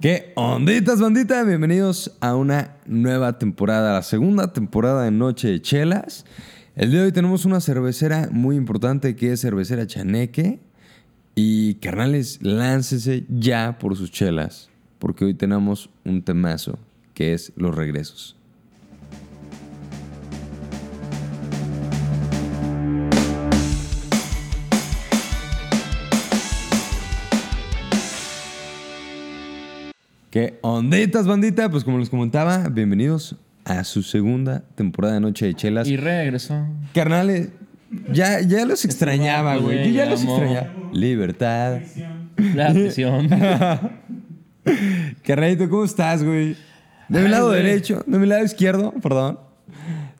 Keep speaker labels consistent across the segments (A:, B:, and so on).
A: ¿Qué onditas, bandita? Bienvenidos a una nueva temporada, la segunda temporada de Noche de Chelas. El día de hoy tenemos una cervecera muy importante que es Cervecera Chaneque. Y carnales, láncese ya por sus chelas, porque hoy tenemos un temazo que es los regresos. ¿Qué onditas, bandita? Pues como les comentaba, bienvenidos a su segunda temporada de Noche de Chelas.
B: Y regresó.
A: Carnales, ya, ya los extrañaba,
B: Este vato,
A: güey.
B: güey,
A: Yo ya
B: ya
A: los
B: amó.
A: extrañaba. Libertad.
B: La presión.
A: Carnalito, ¿cómo estás, güey? De mi
B: Ay,
A: lado
B: güey.
A: derecho, de mi lado izquierdo, perdón.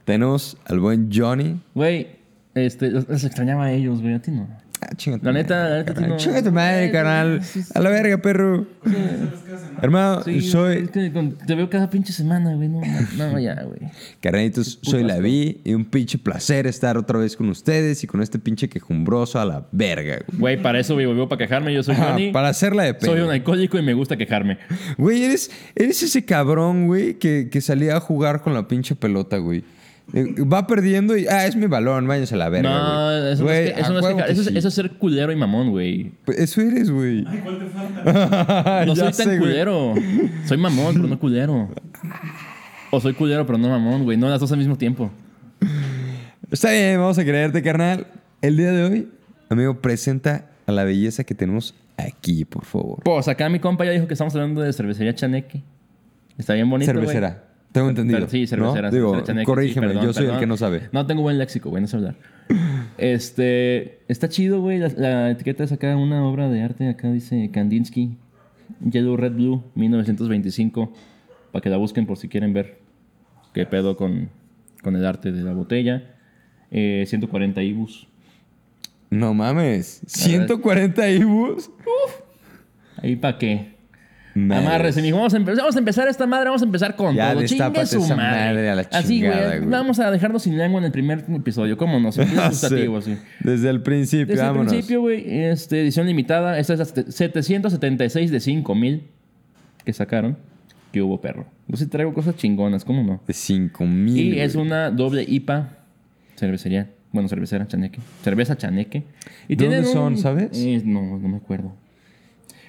A: Tenemos al buen Johnny.
B: Güey, este, los los extrañaba a ellos, güey, a ti no.
A: Ah, chinga tu
B: La
A: madre,
B: neta, la neta,
A: carnal.
B: sí, no.
A: Chinga tu madre,
B: Sí,
A: carnal.
B: sí, sí.
A: A la verga, perro. Hermano,
B: Sí,
A: soy.
B: es que con- te veo cada pinche semana, güey. No, no, ya, güey.
A: Carnalitos, soy la vi y un pinche placer estar otra vez con ustedes y con este pinche quejumbroso a la verga, güey.
B: Güey, para eso, güey, volvió para quejarme. Yo soy
A: Ajá,
B: Johnny.
A: Ah, para hacerla de pedo.
B: Soy un alcohólico y me gusta quejarme.
A: Güey, eres, eres ese cabrón, güey, que, que salía a jugar con la pinche pelota, güey. Eh, Va perdiendo y. Ah, es mi balón, váyanse a la verga.
B: no,
A: güey.
B: eso
A: Güey,
B: no es, que- eso
A: a
B: no es
A: huevo
B: quejar.
A: que
B: Eso, es-
A: sí.
B: eso es ser culero y mamón, güey.
A: Pues Eso eres, güey.
B: No
A: Ah, Ya
B: soy tan
A: sé, güey.
B: culero. Soy mamón, pero no culero. O soy culero, pero no mamón, güey. No las dos al mismo tiempo.
A: Está bien, vamos a creerte, carnal. El día de hoy, amigo, presenta a la belleza que tenemos aquí, por favor.
B: Pues acá mi compa ya dijo que estamos hablando de cervecería Chaneque. Está bien bonito, güey.
A: cervecera. Tengo entendido.
B: Pero sí,
A: ¿no?
B: cervecera.
A: Digo,
B: cervecera Chaneque, sí,
A: corrígeme,
B: perdón,
A: yo soy el
B: perdón.
A: que no sabe.
B: No tengo buen léxico, güey, no sé hablar. Este, está chido, güey. La, la etiqueta es acá una obra de arte. Acá dice Kandinsky, Yellow Red Blue, 1925. Para que la busquen por si quieren ver qué pedo con, con el arte de la botella. Eh, 140 ibus.
A: No mames. 140 ibus.
B: Ahí para qué.
A: Madres.
B: Amárrese, mijo. Vamos a, empe- vamos a empezar esta madre, vamos a empezar con
A: Ya
B: todo. Chingue
A: destápate
B: su
A: esa
B: madre.
A: madre a la
B: Así,
A: chingada,
B: güey.
A: güey.
B: Vamos a dejarnos sin lengua en el primer episodio. ¿Cómo no? Sin
A: Ya
B: sustantivo,
A: sé.
B: así.
A: Ah, Desde el principio,
B: Desde el
A: vámonos.
B: principio, güey, este, edición limitada. Esta es la sete- 776 de 5000 que sacaron. Que hubo, perro. Yo sí traigo cosas chingonas, ¿cómo no?
A: De 5000.
B: Y
A: güey.
B: es una doble IPA. Cervecería. Bueno, cervecera, chaneque. Cerveza chaneque.
A: ¿De
B: Y tienen
A: dónde son, sabes?
B: Eh, no, no me acuerdo.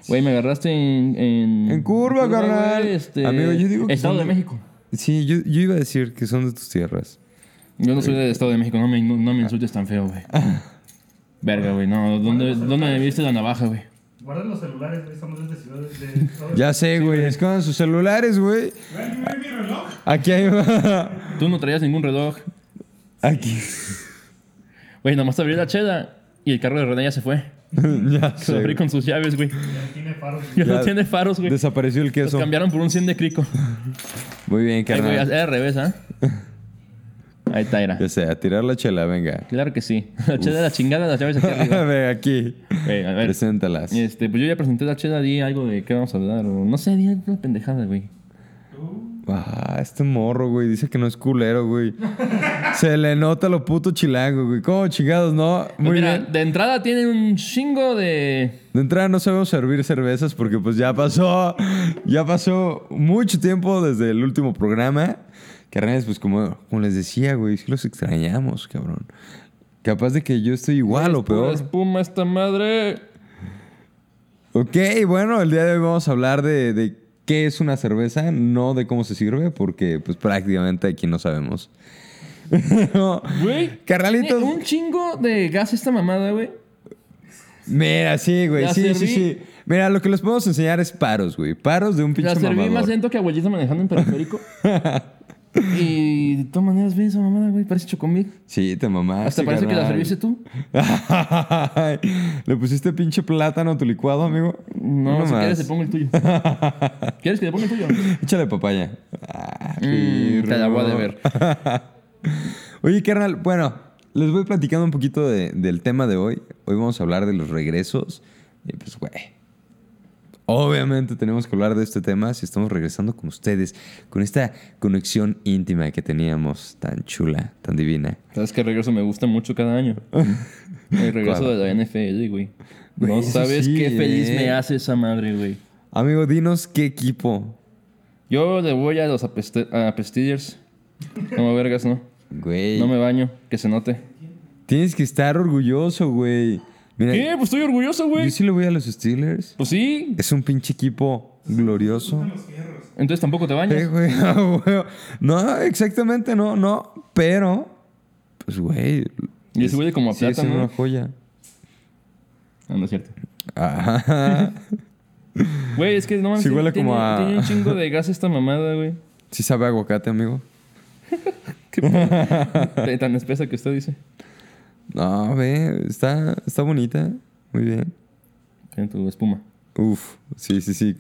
B: Güey, me agarraste en... En,
A: En curva, carnal.
B: güey, Este,
A: Amigo, yo digo que
B: Estado
A: son
B: de
A: de-
B: México.
A: Sí, yo, yo iba a decir que son de tus tierras.
B: Yo no soy del Estado de México. No me, no, no
A: Ah.
B: me insultes tan feo, güey. Verga, güey. No, ¿dónde, ¿dónde me viste la navaja, güey?
C: Guarden los celulares, güey. Estamos desde ciudades de.
A: Ya sé, güey. Escondan sus celulares, güey.
C: Ven, ven mi reloj.
A: Aquí hay.
B: Tú no traías ningún reloj.
A: Aquí.
B: Güey, nomás abrí la chela y el carro de René ya se fue.
A: ya
B: Se
A: sé.
B: lo abrí
A: güey.
B: con sus llaves, güey.
C: Ya tiene faros.
B: Ya,
A: Ya
B: no tiene faros, güey.
A: Desapareció el
B: Los
A: queso.
B: cambiaron por un 100 de crico.
A: Muy bien,
B: Ay, güey,
A: carnal.
B: era al revés, ¿ah? Ahí está, era.
A: Ya sé, a tirar la chela, venga.
B: Claro que sí. La chela de la chingada, las llaves aquí arriba.
A: A ver, aquí.
B: Güey, a ver.
A: Preséntalas.
B: Este, pues yo ya presenté la chela, di algo de qué vamos a hablar. O no sé, di una pendejada, güey.
A: Ah, este morro, güey. Dice que no es culero, güey. Se le nota lo puto chilango, güey. ¿Cómo chingados, no?
B: Pues
A: Muy
B: mira,
A: bien.
B: de entrada tienen un chingo de.
A: De entrada no sabemos servir cervezas porque pues ya pasó, ya pasó mucho tiempo desde el último programa. Carnales, pues como, como les decía, güey, sí los extrañamos, cabrón. Capaz de que yo estoy igual o
B: pura
A: peor.
B: espuma esta madre.
A: Ok, bueno, el día de hoy vamos a hablar de, de qué es una cerveza, no de cómo se sirve, porque pues prácticamente aquí no sabemos. No.
B: Güey.
A: Carnalitos.
B: tiene Un chingo de gas esta mamada, güey.
A: Mira, sí, güey,
B: La
A: sí, sí,
B: serví.
A: sí. Mira, lo que les podemos enseñar es paros, güey. Paros de un pinche
B: La serví
A: mamador.
B: más lento que abuelita manejando en periférico. y de todas maneras, ve esa mamada, güey. Parece chocomil.
A: Sí, te mamaste.
B: Hasta parece que la
A: carnal.
B: serviste tú.
A: Ay, ¿Le pusiste pinche plátano a tu licuado, amigo?
B: No, si
A: más.
B: quieres, te pongo el tuyo. ¿Quieres que te ponga el tuyo?
A: Échale papaya. Ah,
B: Mm, te la voy a
A: pirro.
B: deber.
A: Oye, carnal, bueno, les voy platicando un poquito de- del tema de hoy. Hoy vamos a hablar de los regresos. Y pues, güey. Obviamente tenemos que hablar de este tema si estamos regresando con ustedes, con esta conexión íntima que teníamos, tan chula, tan divina.
B: Sabes que el regreso me gusta mucho cada año. El regreso
A: ¿Cuál?
B: de la NFL, güey.
A: Güey,
B: No
A: ese
B: sabes
A: sí,
B: qué feliz
A: eh.
B: me hace esa madre, güey.
A: Amigo, dinos qué equipo.
B: Yo le voy a los apeste- a Apestillers. No, vergas, no.
A: Güey.
B: No me baño, que se note.
A: Tienes que estar orgulloso, güey. Mira,
B: ¿Qué? Pues estoy orgulloso,
A: yo
B: güey.
A: sí le voy a los Steelers.
B: Pues sí.
A: Es un pinche equipo glorioso.
B: Entonces tampoco te bañas.
A: Eh, güey, a huevo. No, exactamente, no, no. Pero, pues, güey.
B: Y ese güey como a
A: sigue
B: plata,
A: siendo
B: ¿no?
A: una joya.
B: Ah, no es cierto.
A: Ajá.
B: Güey, es que no mames.
A: Sí huele
B: tiene-
A: como a-
B: Tiene un chingo de gas esta mamada, güey.
A: Sí sabe a aguacate, amigo.
B: T- Tan espesa que usted dice.
A: No, ve, está, está bonita. Muy bien.
B: Tiene tu espuma.
A: Uf, sí, sí, sí.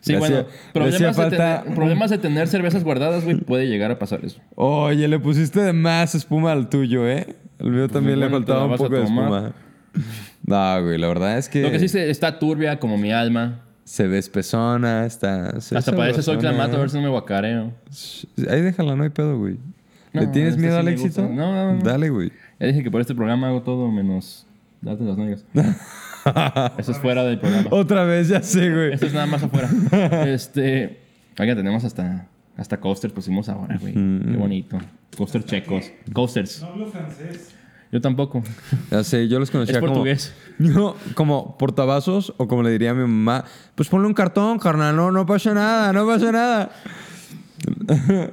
B: Sí,
A: Le
B: bueno.
A: hacía- le hacía
B: problemas, de
A: falta
B: tener, problemas de tener cervezas guardadas, güey, puede llegar a pasar eso.
A: Oye, le pusiste de más espuma al tuyo, ¿eh? Al mío también
B: bueno,
A: le faltaba
B: te
A: un
B: Pues la vas a
A: poco de espuma.
B: tomar.
A: No, güey, la verdad es que,
B: Lo que sí se- está turbia como mi alma.
A: se ve espesona, está... se ve
B: Hasta parece soy
A: sabrosona.
B: clamato, a ver si no me guacareo.
A: Shh, Ahí déjala, no hay pedo, güey. ¿Le
B: No,
A: tienes
B: este
A: miedo
B: sí
A: al
B: me
A: éxito?
B: gusta. No, no, no.
A: Dale, güey.
B: Ya dije que por este programa hago todo menos darte las nalgas. Eso es fuera del programa.
A: Otra vez, ya sé, güey.
B: Eso es nada más afuera. Este. Oiga, tenemos hasta, hasta coasters, pusimos ahora, güey. Qué bonito. Coasters checos. Coasters.
C: No hablo francés.
B: Yo tampoco.
A: Ya sé, yo los conocía
B: Es
A: como...
B: portugués.
A: No, como portavasos o como le diría a mi mamá, pues ponle un cartón, carnal, no, no pasa nada, no pasa nada.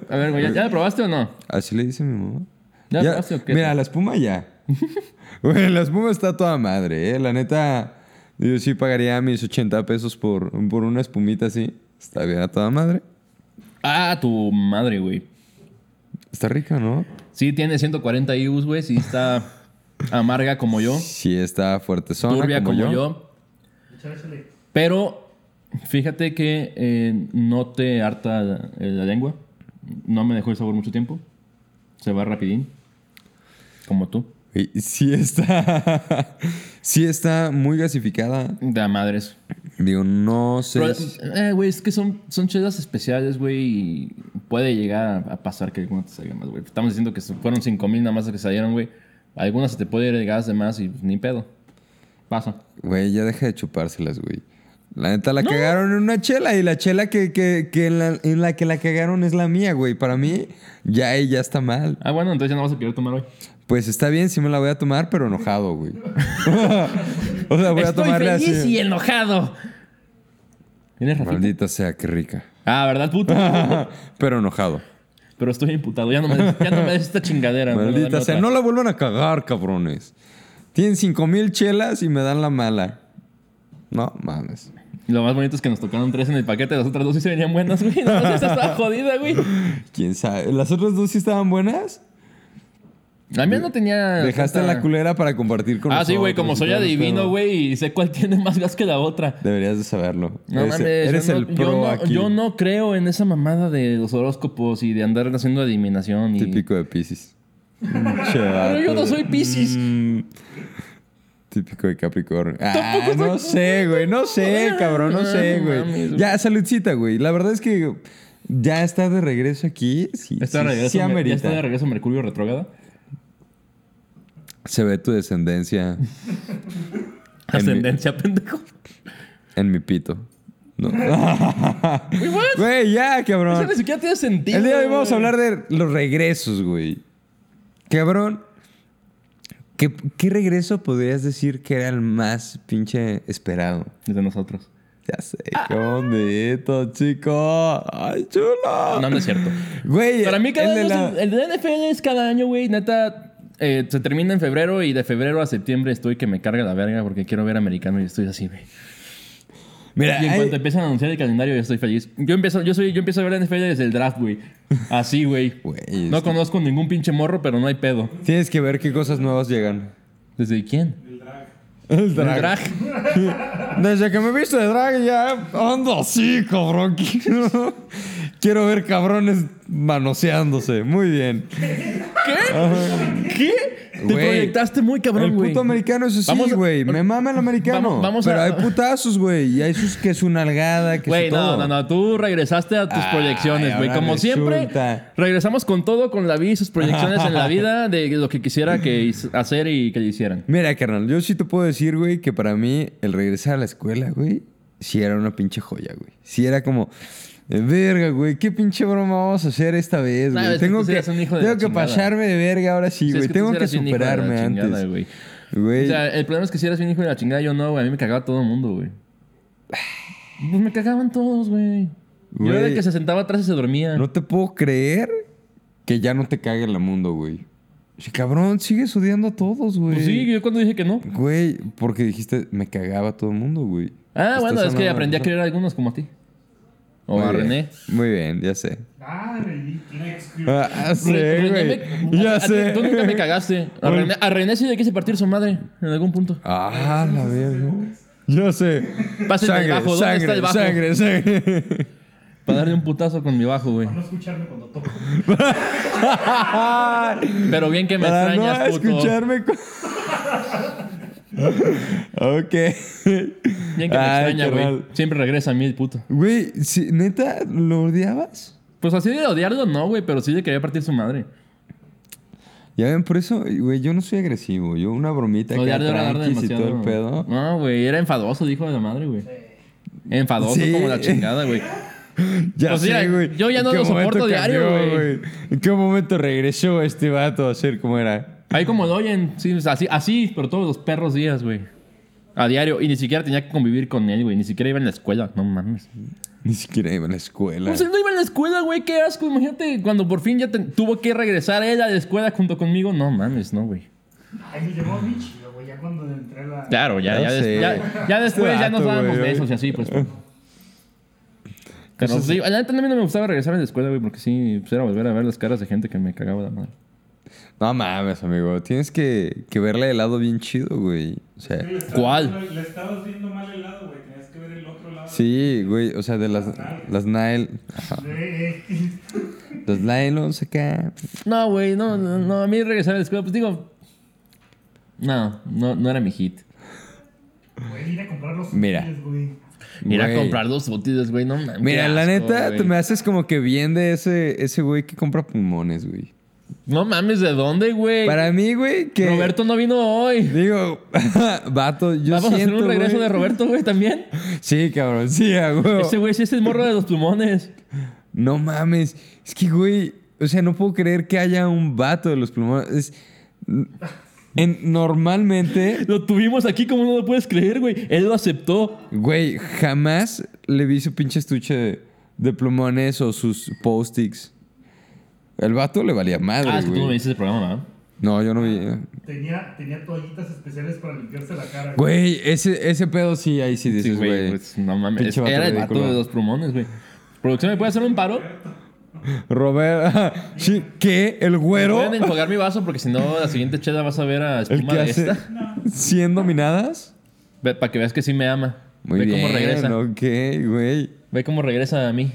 B: A ver, güey, ¿ya, ya la probaste o no?
A: Así le dice mi mamá.
B: ¿Ya probaste o qué?
A: Mira, la espuma ya. Güey, la espuma está toda madre, ¿eh? La neta, yo sí pagaría mis 80 pesos por, por una espumita así. Está bien a toda madre.
B: Ah, tu madre, güey.
A: Está rica, ¿no?
B: Sí, tiene 140 IUs, güey. Sí, está amarga como yo.
A: Sí, está fuerte.
B: Turbia como, yo.
C: Échale, échale.
B: Pero fíjate que eh, no te harta la, eh, la lengua. No me dejó el sabor mucho tiempo. Se va rapidín. Como tú.
A: Güey, Sí está... sí está muy gasificada.
B: De a madres.
A: Digo, no sé...
B: Pero,
A: si-
B: eh, güey, es que son, son chelas especiales, güey. Y puede llegar a, a pasar que alguna te salga más, güey. Estamos diciendo que se- fueron 5 mil nada más las que salieron, güey. Algunas se te puede ir el gas de más y pues, ni pedo. Pasa.
A: Güey, ya deja de chupárselas, güey. La neta la cagaron en una chela y la chela que, que, que en, la, en la que la cagaron es la mía, güey. Para mí, ya ahí ya está mal.
B: Ah, bueno, entonces ya no vas a querer tomar hoy.
A: Pues está bien, sí me la voy a tomar, pero enojado, güey. o sea, voy a
B: Estoy
A: tomarle
B: feliz
A: así.
B: y enojado. Tienes razón.
A: Maldita sea, qué rica.
B: Ah, ¿verdad, puto?
A: pero enojado.
B: Pero estoy imputado. Ya no me des, ya no me des esta chingadera. güey. Dame
A: Maldita
B: otra.
A: sea, no la vuelvan a cagar, cabrones. Tienen 5000 chelas y me dan la mala. No mames.
B: Y Lo más bonito es que nos tocaron tres en el paquete. Las otras dos sí se venían buenas, güey. Nada más esa estaba jodida, güey.
A: ¿Quién sabe? ¿Las otras dos sí estaban buenas?
B: La mía no tenía...
A: Dejaste
B: tanta-
A: la culera para compartir con
B: Ah, sí, güey.
A: nosotros
B: Como
A: y
B: soy
A: todo el
B: adivino,
A: pedo.
B: güey. Y sé cuál tiene más gas que la otra.
A: Deberías de saberlo.
B: No
A: eres
B: mames.
A: eres
B: yo,
A: el
B: no,
A: pro
B: yo, no,
A: aquí.
B: yo no creo en esa mamada de los horóscopos y de andar haciendo adivinación. Y...
A: Típico de Pisces.
B: Mm. Pero
A: Pero
B: yo no soy Piscis.
A: Típico de Capricornio. Ah, no sé, güey. No sé, cabrón. No
B: Ah,
A: sé,
B: no mames,
A: güey.
B: güey.
A: Ya, saludcita, güey. La verdad es que ya está de regreso aquí. Sí,
B: Está
A: sí,
B: de regreso,
A: sí
B: ya
A: amerita.
B: está de regreso Mercurio retrógrada.
A: Se ve tu descendencia
B: Ascendencia, pendejo.
A: en mi pito. No. Güey, ya,
B: Eso
A: cabrón.
B: ni siquiera tiene sentido.
A: Ah. El día de hoy vamos a
B: güey.
A: hablar de los regresos, güey. Cabrón. ¿Qué, qué regreso podrías decir que era el más pinche esperado?
B: Desde nosotros.
A: Ya sé, qué
B: Ah.
A: bonito, chico. ¡Ay, chulo!
B: No, no es cierto.
A: Güey,
B: Para mí, cada
A: el de
B: año.
A: la-
B: se- El de NFL es cada año, güey. Neta, eh, se termina en febrero y de febrero a septiembre estoy que me carga la verga porque quiero ver americano y estoy así, güey.
A: Mira,
B: Y en
A: hay-
B: cuanto empiezan a anunciar el calendario, yo estoy feliz. Yo empiezo, yo soy, yo empiezo a ver la NFL desde el draft, güey. Así, güey.
A: Güey,
B: No
A: este-
B: conozco ningún pinche morro, pero no hay pedo.
A: tienes que ver qué cosas nuevas llegan.
B: ¿Desde quién?
A: El
B: El
A: drag.
B: drag.
A: Desde que me viste de drag ya ando así, cabrón. Quiero, quiero ver cabrones manoseándose. Muy bien.
B: ¿Qué? ¿Qué? Te
A: Güey.
B: proyectaste muy
A: El
B: cabrón, güey.
A: puto americano, eso sí,
B: Vamos a-
A: güey. Me mama el americano.
B: Vamos- vamos a-
A: pero hay putazos, güey. Y hay sus que su nalgada, que
B: Güey,
A: su todo.
B: no, no, no, tú regresaste a tus
A: Ay,
B: proyecciones, güey.
A: ahora
B: Como siempre,
A: resulta.
B: regresamos con todo, con la vida y sus proyecciones en la vida de lo que quisiera que his- hacer y que le hicieran.
A: Mira, carnal, yo sí te puedo decir, güey, que para mí el regresar a la escuela, güey, sí era una pinche joya, güey. Sí era como, "Eh, verga, güey, qué pinche broma vamos a hacer esta vez,
B: No,
A: güey.
B: es que
A: tengo
B: tú sí
A: que,
B: eras un hijo de la
A: tengo que
B: chingada.
A: pasarme de verga ahora sí,
B: Sí,
A: güey.
B: es que tú
A: tengo
B: sí
A: que
B: eras un hijo de la
A: superarme
B: chingada,
A: antes.
B: güey.
A: Güey,
B: O sea, el problema es que si eras bien hijo de la chingada, yo no, güey. A mí me cagaba todo el mundo, güey. Pues me cagaban todos, güey. Yo era
A: Güey.
B: el que se sentaba atrás y se dormía.
A: no te puedo creer que ya no te cague el mundo, güey. Sí, cabrón, sigues odiando a todos, güey.
B: Pues sí, yo cuando dije que no.
A: Güey, porque dijiste, me cagaba todo el mundo, güey.
B: Ah,
A: Estás
B: bueno, es que
A: hablando-
B: aprendí a querer a algunos como a ti. O
A: Muy
B: a
A: bien,
B: René.
A: Muy bien, ya sé.
C: Ah, next group.
A: Ah, ah, sí,
B: Re-
A: güey.
B: René me- a-
A: Ya
B: a ti-
A: sé.
B: Tú nunca me cagaste. A
A: Güey.
B: René, a René sí le quise partir su madre en algún punto.
A: Ah, la verga. Ya sé.
B: Pásenme el
A: sangre,
B: bajo, ¿dónde
A: sangre,
B: está el bajo?
A: sangre, sangre.
B: Para darle un putazo con mi bajo, güey.
C: No escucharme cuando toco.
B: Pero bien que me
A: Para no
B: extrañas, puto.
A: escucharme. cu- ok.
B: Bien que me
A: Ay,
B: extraña, güey.
A: carnal.
B: Siempre regresa a mí el puto.
A: Güey, si- ¿neta lo odiabas?
B: Pues así de odiarlo, no, güey, pero sí le quería partir su madre.
A: Ya ven, por eso, güey, yo no soy agresivo. Yo una bromita que
B: Odiarlo era darle
A: tranquis y todo el pedo.
B: demasiado. No, güey, era enfadoso, dijo de la madre, güey. Enfadoso
A: Sí.
B: como la chingada, güey.
A: Ya
B: Pues mira,
A: sé, güey.
B: yo ya
A: ¿En
B: no
A: qué
B: lo soporto
A: momento
B: diario,
A: cambió,
B: güey?
A: ¿En qué momento regresó este vato a ser como era?
B: Ahí como lo oyen, sí, o sea, así, así, pero todos los perros días, güey. A diario. Y ni siquiera tenía que convivir con él, güey. Ni siquiera iba en la escuela. No mames.
A: Ni siquiera iba a la escuela.
B: Pues él no iba en la escuela, güey. Qué asco. Imagínate cuando por fin ya te- tuvo que regresar él a la escuela junto conmigo. No mames, no, güey.
C: Ay, me llevó bien chido, güey. Ya cuando entré a la.
B: Claro, ya,
A: Ya
B: ya, des-
A: sé.
B: ya- ya después
A: Este
B: ya nos
A: vato,
B: dábamos
A: güey,
B: besos
A: oye.
B: y así, pues. pero- Pero
A: Eso
B: sí, la neta a mí no me gustaba regresar a la escuela, güey, porque sí, pues era volver a ver las caras de gente que me cagaba la madre.
A: No mames, amigo. Tienes que, que verle el lado bien chido, güey. O sea,
C: Le estabas-
B: ¿Cuál?
C: Le estabas viendo mal el lado, güey. Tenías que ver el otro lado.
A: sí, güey. O sea, de las, las Nile.
C: Eh, eh.
A: Los nylons acá.
B: No, güey, no, no, no, a mí regresar a la escuela, pues digo. No, no, no era mi hit.
C: Güey, ir a comprar los
A: Mira.
C: útiles, güey.
B: Ir a
A: Güey.
B: comprar dos útiles, güey, no mames.
A: Mira,
B: qué
A: la
B: asco,
A: neta,
B: güey.
A: te me haces como que bien de ese, ese güey que compra pulmones, güey.
B: No mames, ¿de dónde, güey?
A: Para mí, güey, que.
B: Roberto no vino hoy.
A: Digo, vato, yo
B: Vamos a
A: siento.
B: hacer un regreso
A: güey.
B: de Roberto, güey, también.
A: Sí, cabrón, sí, a huevo.
B: Ese güey sí es el morro de los plumones.
A: No mames. Es que, güey, o sea, no puedo creer que haya un vato de los pulmones. Es- en- normalmente,
B: Lo tuvimos aquí, como no lo puedes creer, güey. Él lo aceptó.
A: güey, jamás le vi su pinche estuche de, de plumones o sus post-its. El vato le valía madre,
B: Ah, es que tú no me
A: güey.
B: dices el programa, ¿verdad?
A: No, yo no vi. eh.
C: Tenía, tenía toallitas especiales para limpiarse la cara.
A: Güey, ese, ese pedo sí, ahí sí
B: Sí,
A: dices,
B: güey.
A: güey.
B: pues, no mames.
A: Pinche vato
B: era el vato
A: ridículo.
B: de los plumones, güey. ¿Producción me puede hacer un paro?
A: Robert, sí, ¿qué? ¿El güero?
B: Pueden enjuagar mi vaso porque si no, la siguiente chela vas a ver a
A: ¿El
B: espuma
A: que
B: de
A: hace
B: esta.
A: 100 dominadas?
B: Ve, para que veas que sí me ama.
A: Muy
B: Ve
A: bien.
B: cómo regresa.
A: Ok, güey.
B: Ve cómo regresa a mí.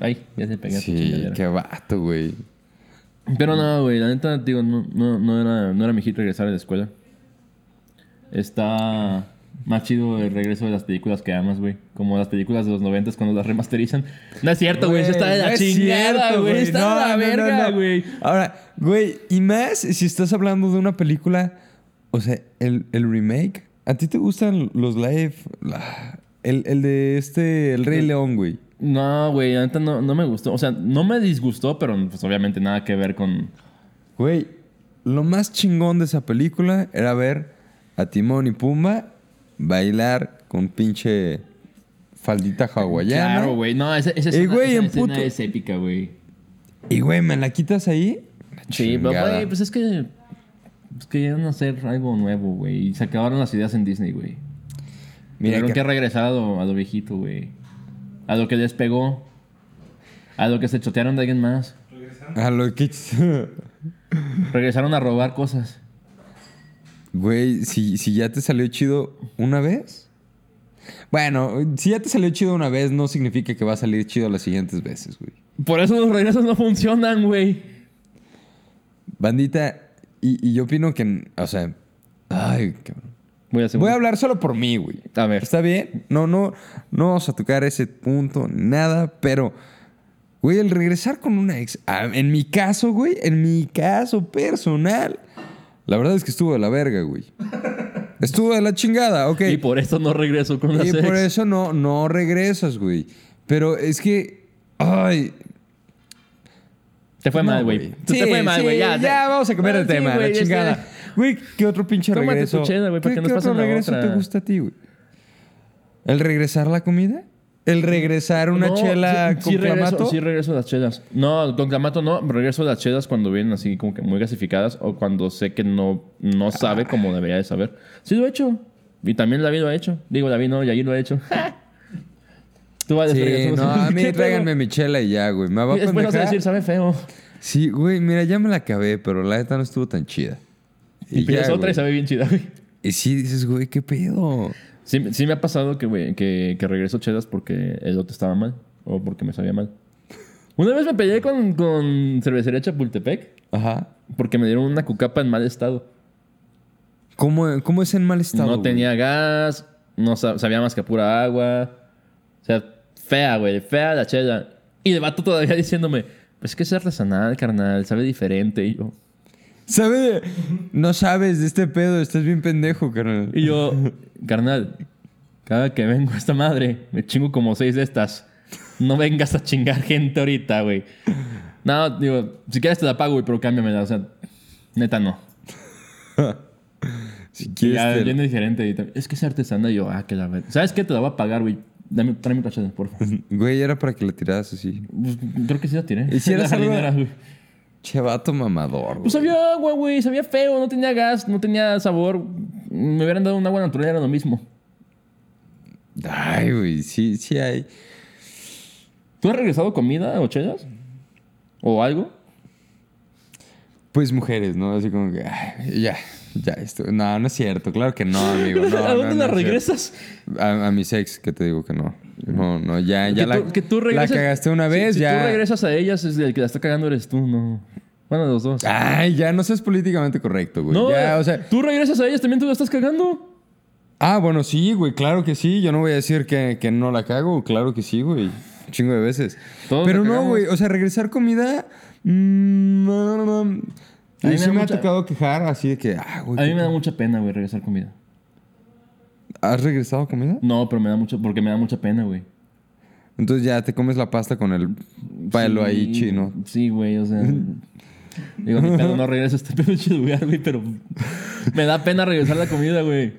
B: Ay, ya se pegó.
A: Sí, qué vato, güey.
B: Pero no, güey, la neta, digo, no, no, no, era, no era mi hit regresar a la escuela. Está más chido el regreso de las películas que amas, güey. Como las películas de los noventas cuando las remasterizan. No es cierto, güey, eso está de la
A: no es
B: chingada,
A: cierto,
B: güey. Está de la
A: No, no, no,
B: verga,
A: no.
B: güey.
A: Ahora, güey, y más si estás hablando de una película, o sea, el, el remake. ¿A ti te gustan los live? la- el, el de este, El Rey León, güey.
B: No, güey, la neta no, no me gustó. O sea, no me disgustó, pero pues obviamente nada que ver con...
A: Güey, lo más chingón de esa película era ver a Timón y Pumba bailar con pinche faldita hawaiana.
B: Claro, güey. No, esa, esa
A: Eh,
B: escena,
A: güey,
B: esa
A: en
B: escena
A: puto-
B: es épica, güey.
A: Y güey, ¿me la quitas ahí?
B: Sí, pero
A: Chingada.
B: güey, pues es que... Pues querían hacer algo nuevo, güey. Y se acabaron las ideas en Disney, güey.
A: Mira
B: Tuvieron
A: que-
B: que, regresar a lo, a lo viejito, güey. A lo que despegó. A lo que se chotearon de alguien más.
A: A lo que...
B: Regresaron a robar cosas.
A: Güey, si, si ya te salió chido una vez. Bueno, si ya te salió chido una vez, no significa que va a salir chido las siguientes veces, güey.
B: Por eso los regresos no funcionan, güey.
A: Bandita, y, y yo opino que, o sea, ay, cabrón.
B: Voy a hacer
A: Voy a hablar solo por mí, güey.
B: A ver.
A: Está bien, no, no, no vamos a tocar ese punto, nada, pero, güey, el regresar con una ex, a- en mi caso, güey, en mi caso personal, la verdad es que estuvo de la verga, güey. Estuvo de la chingada, ok.
B: Y por eso no regreso con las
A: Y por
B: ex.
A: eso no, no regresas, güey. Pero es que. Ay.
B: Te fue
A: no,
B: mal, güey. Tú
A: Sí,
B: te fue mal,
A: sí,
B: güey.
A: ya,
B: ya,
A: vamos a cambiar de
B: Sí,
A: tema,
B: güey,
A: la
B: este,
A: chingada. Güey, ¿qué otro pinche
B: Tómate tu
A: regreso?
B: cheda, güey, para
A: ¿Qué,
B: que nos
A: qué otro
B: pasen la
A: regreso
B: otra.
A: te gusta a ti, güey? ¿El regresar la comida? ¿El regresar una
B: No,
A: chela
B: sí-
A: con
B: sí
A: clamato?
B: Regreso, sí regreso a las chelas. No, con clamato no. Regreso a las chelas cuando vienen así como que muy gasificadas o cuando sé que no, no sabe como debería de saber. Sí lo he hecho. Y también David lo ha hecho. Digo, David no, Yair lo ha hecho. Tú vas a
A: Sí,
B: desfregar, tú
A: no,
B: vas
A: a mí
B: ¿Qué pedo?
A: tráiganme mi chela y ya, güey. Me va a
B: Y Después vas a
A: pendejar.
B: decir, sabe feo.
A: Sí, güey, mira, ya me la acabé, pero la neta no estuvo tan chida.
B: Y pides
A: ya,
B: otra y
A: güey.
B: sabe bien chida, güey.
A: Y sí dices, güey, ¿qué pedo?
B: Sí, sí me ha pasado que, güey, que, que regreso chelas porque el lote estaba mal o porque me sabía mal. Una vez me peleé con, con cervecería Chapultepec
A: Ajá.
B: porque me dieron una cucapa en mal estado.
A: ¿Cómo, cómo es en mal estado?
B: no
A: güey?
B: tenía gas, no sa- sabía más que pura agua. O sea, fea, güey, fea la chela. Y el vato todavía diciéndome, pues es que es artesanal, carnal, sabe diferente. Y yo,
A: ¿Sabe de- No sabes de este pedo, estás bien pendejo, carnal.
B: y yo, carnal, cada que vengo a esta madre, me chingo como seis de estas. No vengas a chingar gente ahorita, güey. No, digo, si quieres te la pago, güey, pero cámbiamela. O sea, neta no.
A: Si
B: Y
A: quieres.
B: ya
A: te-
B: viene diferente. Y también, es que es artesanal. Y yo, ah, que la verdad. ¿Sabes qué? Te la voy a pagar, güey. Dame, tráeme otra chela, por favor.
A: Güey, era para que la tiraras así.
B: Pues, creo que sí la tiré.
A: ¿Y si era
B: La
A: salva?
B: jardinera, güey.
A: Che, vato mamador, güey.
B: Pues sabía agua, güey. Sabía feo. No tenía gas. No tenía sabor. Me hubieran dado un agua natural. Era lo mismo.
A: Ay, güey, sí, sí hay.
B: ¿Tú has regresado comida o chelas? ¿O algo?
A: Pues mujeres, ¿no? Así como que, ay, ya, ya, esto. No, no es cierto, claro que no, amigo. No,
B: ¿A
A: no,
B: dónde
A: no
B: la
A: es cierto.
B: regresas?
A: A, a mis ex, que te digo que no. No, no, ya, ya
B: que,
A: la,
B: tú, que tú regresas.
A: la cagaste una
B: si-
A: vez,
B: si
A: ya.
B: tú regresas a ellas, es el que la está cagando eres tú, no. Bueno, los dos.
A: Ay, ya no seas políticamente correcto, Ah, güey.
B: no,
A: ya,
B: eh,
A: o sea.
B: tú regresas a ellas, también tú la estás cagando.
A: Ah, bueno, sí, güey, claro que sí. Yo no voy a decir que, que no la cago, claro que sí, güey. Un Chingo de veces.
B: Todos
A: Pero
B: la
A: no,
B: cagamos.
A: güey, o sea, regresar comida. mm, no, no, no.
B: A mí
A: Y
B: me
A: sí
B: da
A: me
B: mucha-
A: ha tocado quejar así de que, ah, güey.
B: A mí
A: ¿qué-
B: me da mucha pena, güey, regresar comida.
A: ¿Has regresado comida?
B: No, pero me da mucho, porque me da mucha pena, güey.
A: Entonces ya te comes la pasta con el palo ahí chino.
B: Sí, güey, o sea. digo, mi pedo no regresa a este pinche lugar, güey, pero me da pena regresar la comida, güey.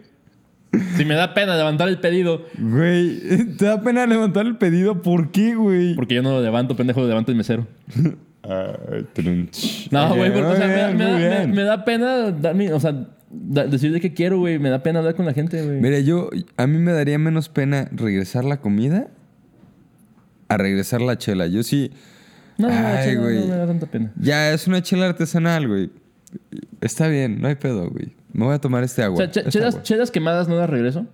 B: Si me da pena levantar el pedido,
A: Güey, te da pena levantar el pedido. ¿Por qué, güey?
B: porque yo no lo levanto, pendejo, lo levanto el mesero.
A: Ah, trun.
B: No,
A: Ok,
B: güey, porque o
A: muy
B: sea, me da-
A: bien,
B: me, da,
A: muy
B: me-
A: bien.
B: me da pena dar mi- o sea, da- decir de qué quiero, güey. Me da pena hablar con la gente, güey.
A: Mira, yo, a mí me daría menos pena regresar la comida a regresar la chela. Yo sí,
B: No, no,
A: Ay,
B: chela,
A: güey.
B: no me da tanta pena.
A: ya es una chela artesanal, güey. Está bien, no hay pedo, güey. Me voy a tomar este agua.
B: o sea, che-
A: esta
B: chelas,
A: agua.
B: chelas quemadas no las regreso.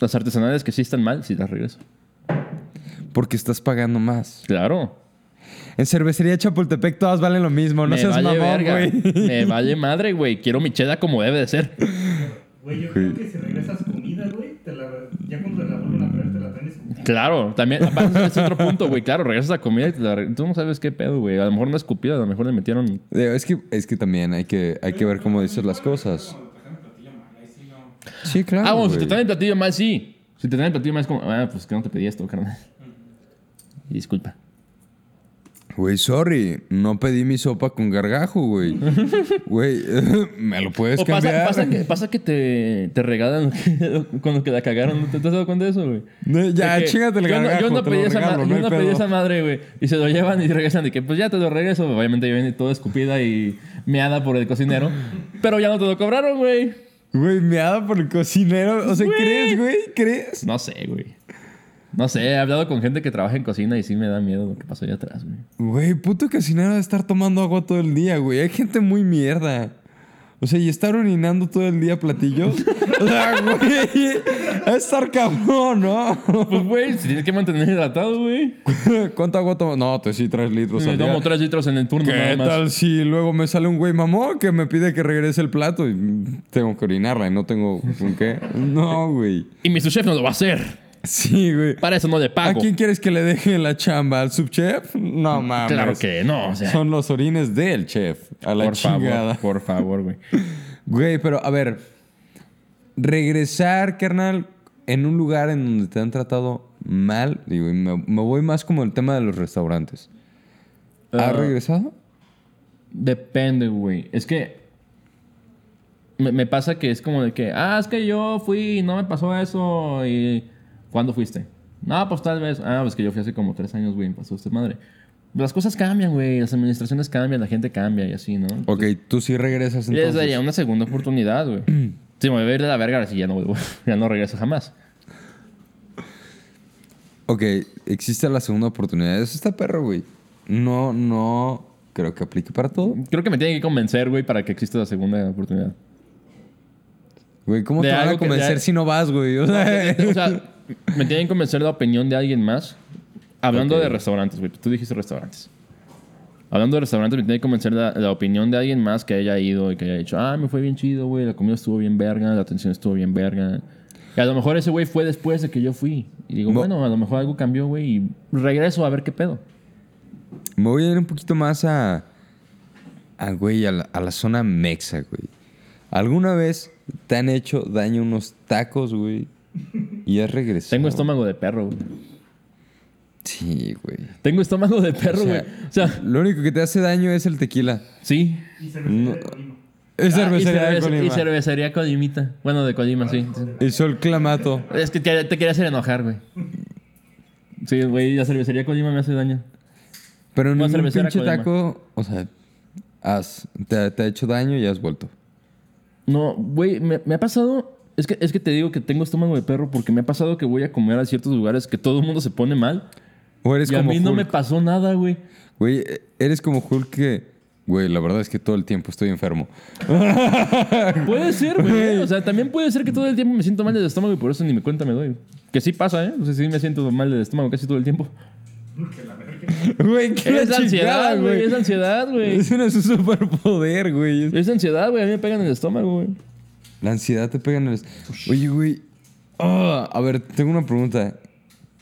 B: Las artesanales que sí están mal, sí las regreso.
A: Porque estás pagando más.
B: Claro.
A: En cervecería Chapultepec todas valen lo mismo. No
B: me
A: seas
B: vale
A: mamón,
B: verga.
A: güey.
B: Me vale madre, güey. Quiero mi chela como debe de ser.
C: Güey, yo creo que si regresas comida, güey, te la, ya cuando la vuelven a traer, te la traen escupida.
B: Claro, también. Aparte, ese es otro punto, güey. Claro, regresas a comida y te la re- tú no sabes qué pedo, güey. A lo mejor no escupida, a lo mejor le metieron.
A: Digo, Es que, es que también hay que, hay que ver cómo dices las cosas. Sí, claro.
B: Ah, bueno, si te
A: güey.
B: traen el platillo mal, sí. Si te traen el platillo mal, es como, ah, pues que no te pedí esto, carnal. Y disculpa.
A: Güey, sorry, no pedí mi sopa con gargajo, güey. Güey, me lo puedes
B: O pasa,
A: cambiar.
B: pasa que, pasa que te, te regalan con lo que la cagaron. ¿Te, te has dado cuenta de eso, güey?
A: No, ya,
B: De que
A: chingate el
B: yo no-
A: gargajo.
B: Yo no,
A: te lo
B: pedí, esa,
A: regalo,
B: ma-
A: no
B: yo
A: hay
B: no pedí
A: pedo.
B: esa madre, güey. Y se lo llevan y regresan. Y que, pues ya te lo regreso. Obviamente ya viene toda escupida y meada por el cocinero. Pero ya no te lo cobraron, güey.
A: Güey, meada por el cocinero. O sea,
B: Güey.
A: ¿crees, güey? ¿Crees?
B: Pues No sé, güey. No sé, he hablado con gente que trabaja en cocina y sí me da miedo lo que pasó allá atrás, güey.
A: Güey, puto cocinero de estar tomando agua todo el día, güey. Hay gente muy mierda. O sea, y estar orinando todo el día platillos. o sea, güey, a estar cabrón, ¿no?
B: Pues, güey, si tienes que mantener hidratado, güey.
A: ¿Cuánta agua tomas? No, te sí, tres litros
B: Me
A: Pues al día.
B: tomo tres litros en el turno
A: ¿Qué
B: nada más.
A: tal si luego me sale un güey mamón que me pide que regrese el plato y mm, tengo que orinarla y no tengo con qué? No, güey.
B: Y mi subchef no lo va a hacer.
A: Sí, güey.
B: Para eso no le
A: ¿A
B: pago.
A: quién quieres que le deje la chamba? ¿Al subchef? No mames.
B: Claro que no, o sea.
A: Son los orines del chef. A la
B: por
A: chingada.
B: favor, por favor, güey.
A: Güey, pero a ver. regresar, carnal, en un lugar en donde te han tratado mal, digo, y me, me voy más como el tema de los restaurantes. ¿Has
B: Ah.
A: regresado?
B: Depende, güey. Es que. Me, me pasa que es como de que. Ah, es que yo fui y no me pasó eso. ¿Y cuándo fuiste? No, pues tal vez. Ah, pues que yo fui hace como tres años, güey. Me pasó usted madre. Las cosas cambian, güey. Las administraciones cambian, la gente cambia y así, ¿no?
A: Ok, tú sí regresas
B: Les
A: entonces.
B: daría una segunda oportunidad, güey. Si me voy a ir de la verga, ahora sí ya no, vuelvo. ya no regreso jamás.
A: Ok, existe la segunda oportunidad. Eso está perro, güey. No, no creo que aplique para todo.
B: Creo que me tienen que convencer, güey, para que exista la segunda oportunidad.
A: Güey, ¿cómo
B: De
A: te van a
B: algo que-
A: convencer
B: de-
A: si no vas, güey? O sea,
B: O sea, me tienen que convencer la opinión de alguien más. Hablando
A: Ok.
B: de restaurantes, güey. Tú dijiste restaurantes. Hablando de restaurantes, me tienen que convencer la, la opinión de alguien más que haya ido y que haya dicho, ah, me fue bien chido, güey. La comida estuvo bien verga, la atención estuvo bien verga. Y a lo mejor ese güey fue después de que yo fui. Y digo,
A: Mo-
B: bueno, a lo mejor algo cambió, güey, y regreso a ver qué pedo.
A: me voy a ir un poquito más a. A, güey, a la, a la zona mexa, güey. ¿Alguna vez te han hecho daño unos tacos, güey? Y has regresado.
B: Tengo estómago de perro, güey.
A: Sí, güey.
B: Tengo estómago de perro,
A: O sea,
B: güey. O sea,
A: Lo único que te hace daño es el tequila.
B: sí.
C: Y cervecería de Colima.
A: Es
B: Ah, y
A: cervecería de
B: cerveza- Y
A: Colima. Ah.
B: cervecería Colimita. Bueno, de Colima, sí.
A: Y sol clamato.
B: Es que te, te quería hacer enojar, güey. Sí, güey, la cervecería Colima me hace daño.
A: Pero en
B: Una
A: un
B: cervecera
A: pinche
B: Colima.
A: taco, o sea, has, te, te ha hecho daño y has vuelto.
B: No, güey, me, me ha pasado. Es que, es que te digo que tengo estómago de perro porque me ha pasado que voy a comer a ciertos lugares que todo el mundo se pone mal.
A: O eres
B: y a
A: como
B: mí no me
A: Hulk.
B: pasó nada, güey.
A: Güey, e, eres como Hulk que... Güey, la verdad es que todo el tiempo estoy enfermo.
B: Puede ser, güey. O sea, también puede ser que todo el tiempo me siento mal del estómago y por eso ni me cuenta me doy. Que sí pasa, ¿eh? O sea, sí me siento mal del estómago casi todo el tiempo.
A: Güey, qué la
B: Es
A: chingada,
B: ansiedad, güey. Es ansiedad, güey.
A: Ese no es un superpoder, güey.
B: Es ansiedad, güey. A mí me pegan en el estómago, güey.
A: La ansiedad te pega en el... Oye, güey. ah, a ver, tengo una pregunta.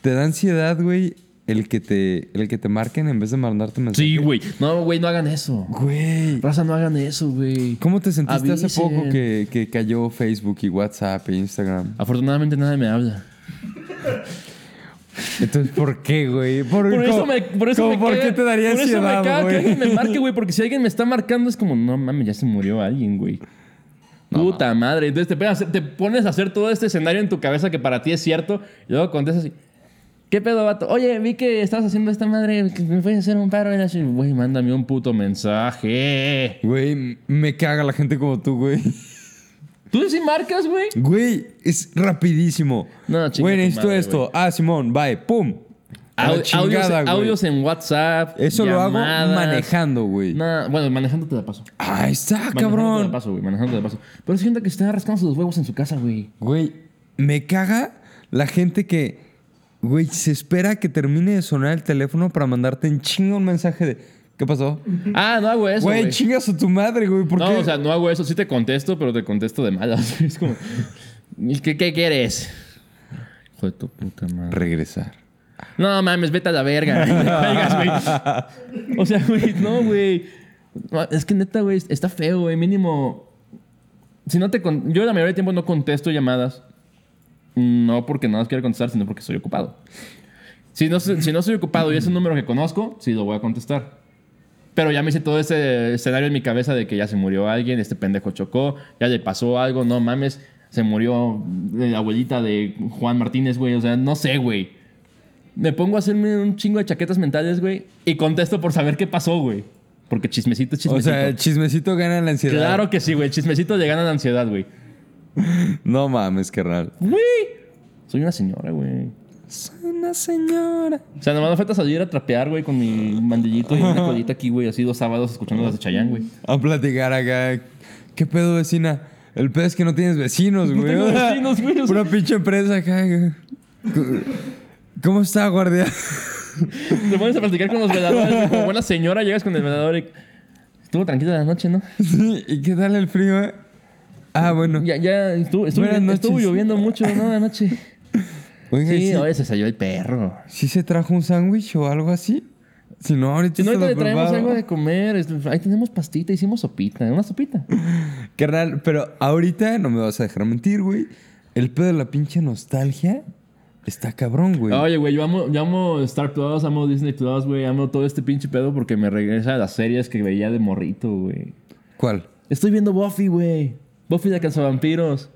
A: ¿Te da ansiedad, güey, el que te, el que te marquen en vez de mandarte mensaje?
B: Sí, güey. No, güey, no hagan eso.
A: Güey.
B: Raza, no hagan eso, güey.
A: ¿Cómo te sentiste hace
B: Avisen.
A: poco que, que cayó Facebook y WhatsApp e Instagram?
B: Afortunadamente nadie me habla.
A: Entonces, ¿por qué, güey? ¿Por,
B: Por eso
A: cómo-
B: me, por eso
A: cómo
B: me
A: ¿Por
B: caga-
A: qué te daría
B: por eso me caga
A: ansiedad,
B: que
A: güey?
B: alguien me marque, güey, porque si alguien me está marcando es como, no mames, ya se murió alguien, güey. Puta madre. Entonces te, pegas- te pones a hacer todo este escenario en tu cabeza que para ti es cierto y luego contestas así. ¿Qué pedo, vato? Oye, vi que estabas haciendo esta madre, que me puedes hacer un paro. Y así, Güey, mándame un puto mensaje.
A: Güey, me caga la gente como tú, güey.
B: ¿Tú sí marcas, güey?
A: Güey, es rapidísimo.
B: No, chinga
A: Güey,
B: tu
A: necesito
B: madre,
A: esto. Ah, Simón, bye. pum. A la
B: Au-
A: chingada,
B: audios,
A: güey.
B: audios en WhatsApp.
A: Eso lo hago
B: llamadas.
A: manejando, güey. Ah,
B: No, bueno, manejando te la paso.
A: Ahí
B: Ah,
A: está,
B: Manejando te
A: cabrón.
B: la paso, güey. Manejando te la paso. Pero es gente que está rascando sus huevos en su casa, güey.
A: Güey, me caga la gente que, güey, se espera que termine de sonar el teléfono para mandarte en chingo un mensaje de, ¿qué pasó?
B: Ah, no hago eso,
A: Güey,
B: güey.
A: chingas a tu madre, güey. ¿Por
B: No,
A: qué?
B: o sea, no hago eso. Sí te contesto, pero te contesto de malas. Es como... ¿Qué, qué quieres? Hijo de tu puta madre.
A: Regresar.
B: No mames, vete a la verga. No me cuelgas, güey. O sea, güey, no, güey. No, Es que neta, güey, está feo, güey. Mínimo. Si no te. con- Yo la mayoría del tiempo no contesto llamadas. No porque nada más quiera contestar, sino porque estoy ocupado. Si no, soy- si no soy ocupado y es un número que conozco, sí lo voy a contestar. Pero ya me hice todo ese escenario en mi cabeza de que ya se murió alguien, este pendejo chocó, ya le pasó algo, no mames, se murió eh, la abuelita de Juan Martínez, güey. O sea, no sé, güey. Me pongo a hacerme un chingo de chaquetas mentales, güey. Y contesto por saber qué pasó, güey. Porque chismecito es
A: O
B: chismecito.
A: sea, el chismecito gana la ansiedad.
B: claro que sí, güey. El Chismecito le gana la ansiedad, güey.
A: No mames, carnal.
B: Güey. Soy una señora, güey.
A: Soy una señora.
B: O sea, nomás me falta salir a trapear, güey, con mi mandillito y una colita aquí, güey. Así dos sábados escuchando las de Chayán, güey.
A: A platicar acá. ¿Qué pedo, vecina? El pedo es que no tienes vecinos, güey.
B: tengo vecinos, güey, o sea.
A: Una pinche empresa acá. güey. ¿Cómo está, guardia?
B: Te pones a platicar con los veladores. güey. Como buena señora llegas con el velador y... Estuvo tranquila la noche, ¿no?
A: Sí, ¿Y qué tal el frío? eh? Ah, bueno.
B: Ya, ya estuvo, estuvo,
A: Buenas noches.
B: estuvo lloviendo mucho, ¿no? La noche.
A: Oiga,
B: Sí,
A: ¿sí,
B: oye, se salió el perro.
A: sí se trajo un sándwich o algo así? Si no, ahorita,
B: Si no,
A: se lo
B: ahorita le traemos
A: preparo.
B: algo de comer. es- Ahí tenemos pastita, hicimos sopita, una sopita.
A: Carnal, pero ahorita no me vas a dejar mentir, güey. El pedo de la pinche nostalgia está cabrón, güey.
B: Oye, güey, yo amo, yo amo Star Plus, amo Disney Plus, güey, amo todo este pinche pedo porque me regresa a las series que veía de morrito, güey.
A: ¿Cuál?
B: Estoy viendo Buffy, güey. Buffy la cazavampiros.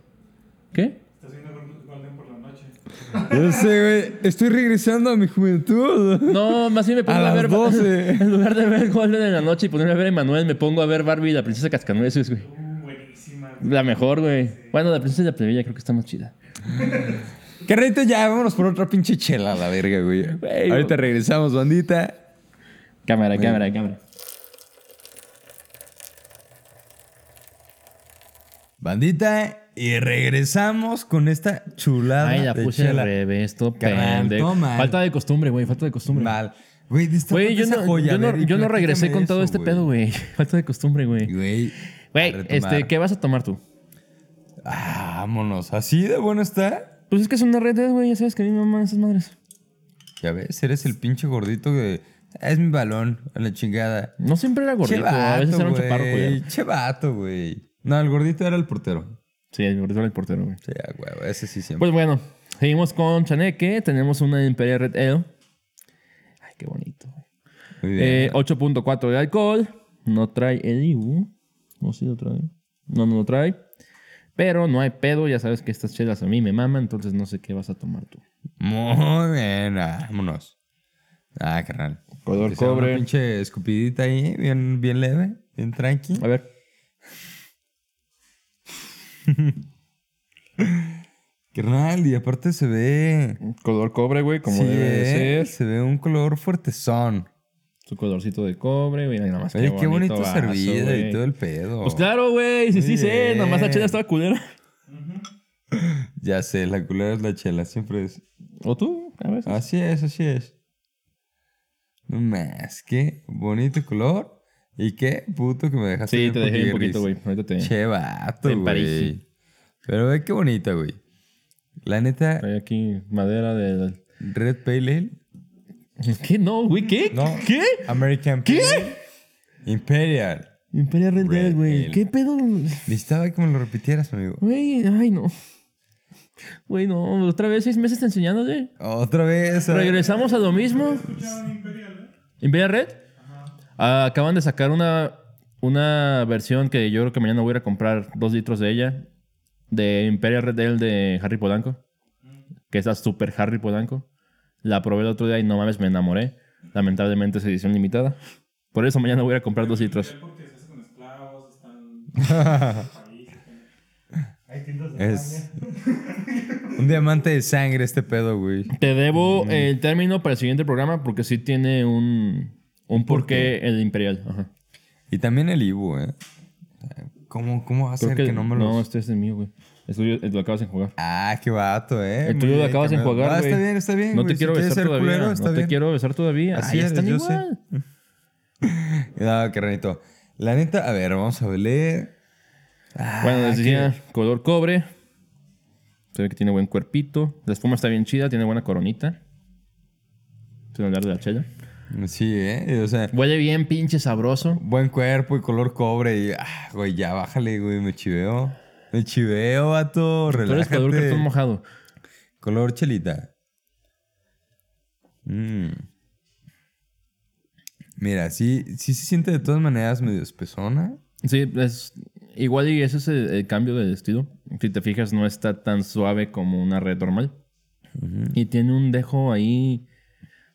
B: ¿Qué?
C: Estás viendo Gol- Golden por la noche.
A: Yo sé, güey. Estoy regresando a mi juventud.
B: No, más bien me pongo
A: A
B: a,
A: las
B: ver.
A: 12.
B: En lugar de ver Golden en la noche y ponerme a ver a Emanuel, me pongo a ver Barbie y la princesa Cascanueces, güey.
C: Uh, buenísima. güey.
B: La mejor, güey. Bueno, la princesa y la plebeya creo que está más chida.
A: Carnalito, ya vámonos por otra pinche chela a la verga, güey.
B: Güey,
A: ahorita regresamos, bandita.
B: Cámara, cámara, cámara.
A: Bandita, y regresamos con esta chulada.
B: Ay, la
A: de
B: puse al
A: chela.
B: revés, todo
A: Carnal,
B: pendejo.
A: toma.
B: Falta de costumbre, güey, falta de costumbre.
A: Mal. Güey,
B: Güey,
A: destapate
B: yo
A: esa
B: no,
A: joya,
B: yo no-
A: a ver, y
B: yo no regresé
A: platícame
B: con todo
A: eso,
B: este pedo, güey. Falta de costumbre, güey.
A: Güey, a
B: Güey,
A: retomar.
B: este, ¿qué vas a tomar tú?
A: Ah, vámonos. ¿Así de bueno está?
B: Pues es que son una red, güey, ya sabes que a mí me maman esas madres.
A: Ya ves, eres el pinche gordito que... Es mi balón, a la chingada.
B: No siempre era
A: Che
B: gordito, a veces era un chaparro, pues, güey.
A: güey. Che vato, güey. No, el gordito era el portero.
B: Sí, el gordito era el portero, güey.
A: Sí, ah, güey, ese sí siempre.
B: Pues bueno, seguimos con Chaneque. Tenemos una Imperial Red Ale. Ay, qué bonito. güey.
A: Muy bien.
B: Eh, 8.4 de alcohol. No trae el IBU. No, sí lo trae. No, no lo trae. Pero no hay pedo. Ya sabes que estas chelas a mí me maman. Entonces no sé qué vas a tomar tú.
A: Muy bien, ah, vámonos. Ah, carnal.
B: Color
A: Que sea
B: cobre.
A: Una pinche escupidita ahí, bien, bien leve, bien tranqui.
B: A ver.
A: Carnal, y aparte se ve...
B: Color cobre, güey. Como
A: Sí,
B: debe de
A: eh,
B: ser.
A: Se ve un color fuertezón.
B: Su colorcito de cobre. Mira, nada más.
A: Oye, qué bonito,
B: Pues vaso,
A: servido y
B: güey.
A: todo el pedo.
B: Pues claro, güey. Sí,
A: Muy
B: sí, sé. Nada más la
A: bien.
B: chela estaba culera.
A: Ya sé, la culera es la chela, siempre es.
B: ¿O tú? A veces.
A: Así es, así es. No más, qué bonito color. Y qué puto que me dejaste.
B: sí,
A: bien
B: te dejé un
A: poquirris.
B: poquito, güey. Ahorita te...
A: Che, vato,
B: Te emparejé.
A: güey. Pero ve qué bonita, güey. La neta,
B: Trae aquí madera del...
A: Red Pale Ale.
B: ¿Qué? No, güey, ¿qué?
A: No.
B: ¿Qué?
A: American
B: ¿Qué?
A: Pale Ale, Imperial.
B: Imperial Red
A: Red
B: Dead, güey.
A: Ale.
B: ¿Qué pedo?
A: Necesitaba que me lo repitieras, amigo.
B: Güey, ay, no. Güey, no. Otra vez seis meses te enseñándote.
A: Otra vez. ah.
B: Regresamos a lo mismo. Imperial Red. Ah, acaban de sacar una, una versión que yo creo que mañana voy a ir a comprar dos litros de ella. De Imperial Red Ale de Harry Polanco. Que es la super Harry Polanco. La probé el otro día y no mames, me enamoré. Lamentablemente es edición limitada. Por eso mañana voy a ir a comprar dos litros.
D: Porque se hace con esclavos, están.
C: Hay tiendas de
A: Es
C: España.
A: un diamante de sangre este pedo, güey.
B: Te debo
A: Mm.
B: el término para el siguiente programa porque sí tiene un, un porqué el Imperial. Ajá.
A: Y también el Ibu, ¿eh? ¿Cómo, cómo va a
B: Creo
A: ser que, no me lo...
B: No, este es el mío, güey. El tuyo eh, lo acabas de jugar.
A: Ah, qué vato, ¿eh?
B: El tuyo lo
A: Mira,
B: acabas de
A: que me-
B: enjuagar,
A: Ah, está
B: güey.
A: bien, está bien,
B: No
A: güey.
B: te
A: Si
B: quiero
A: quieres
B: besar
A: ser
B: todavía.
A: culero,
B: no
A: está
B: te
A: bien.
B: quiero besar todavía.
A: Así
B: Así
A: es,
B: están
A: yo sé.
B: igual.
A: No, carnalito. La neta, a ver, vamos a ver. Ah,
B: Bueno, les decía, color cobre. Se ve que tiene buen cuerpito. La espuma está bien chida, tiene buena coronita. Sin hablar de la chela.
A: Sí, ¿eh? O sea,
B: Huele bien pinche sabroso.
A: buen cuerpo y color cobre. Y, ah, güey, ya bájale, güey. Me chiveo. Me chiveo, vato.
B: Tú eres
A: Relájate.
B: color cartón mojado.
A: Color chelita. Mm. Mira, sí, sí se siente de todas maneras medio espesona.
B: Sí, es igual y ese es el, el cambio de estilo. Si te fijas, no está tan suave como una red normal. Y tiene un dejo ahí.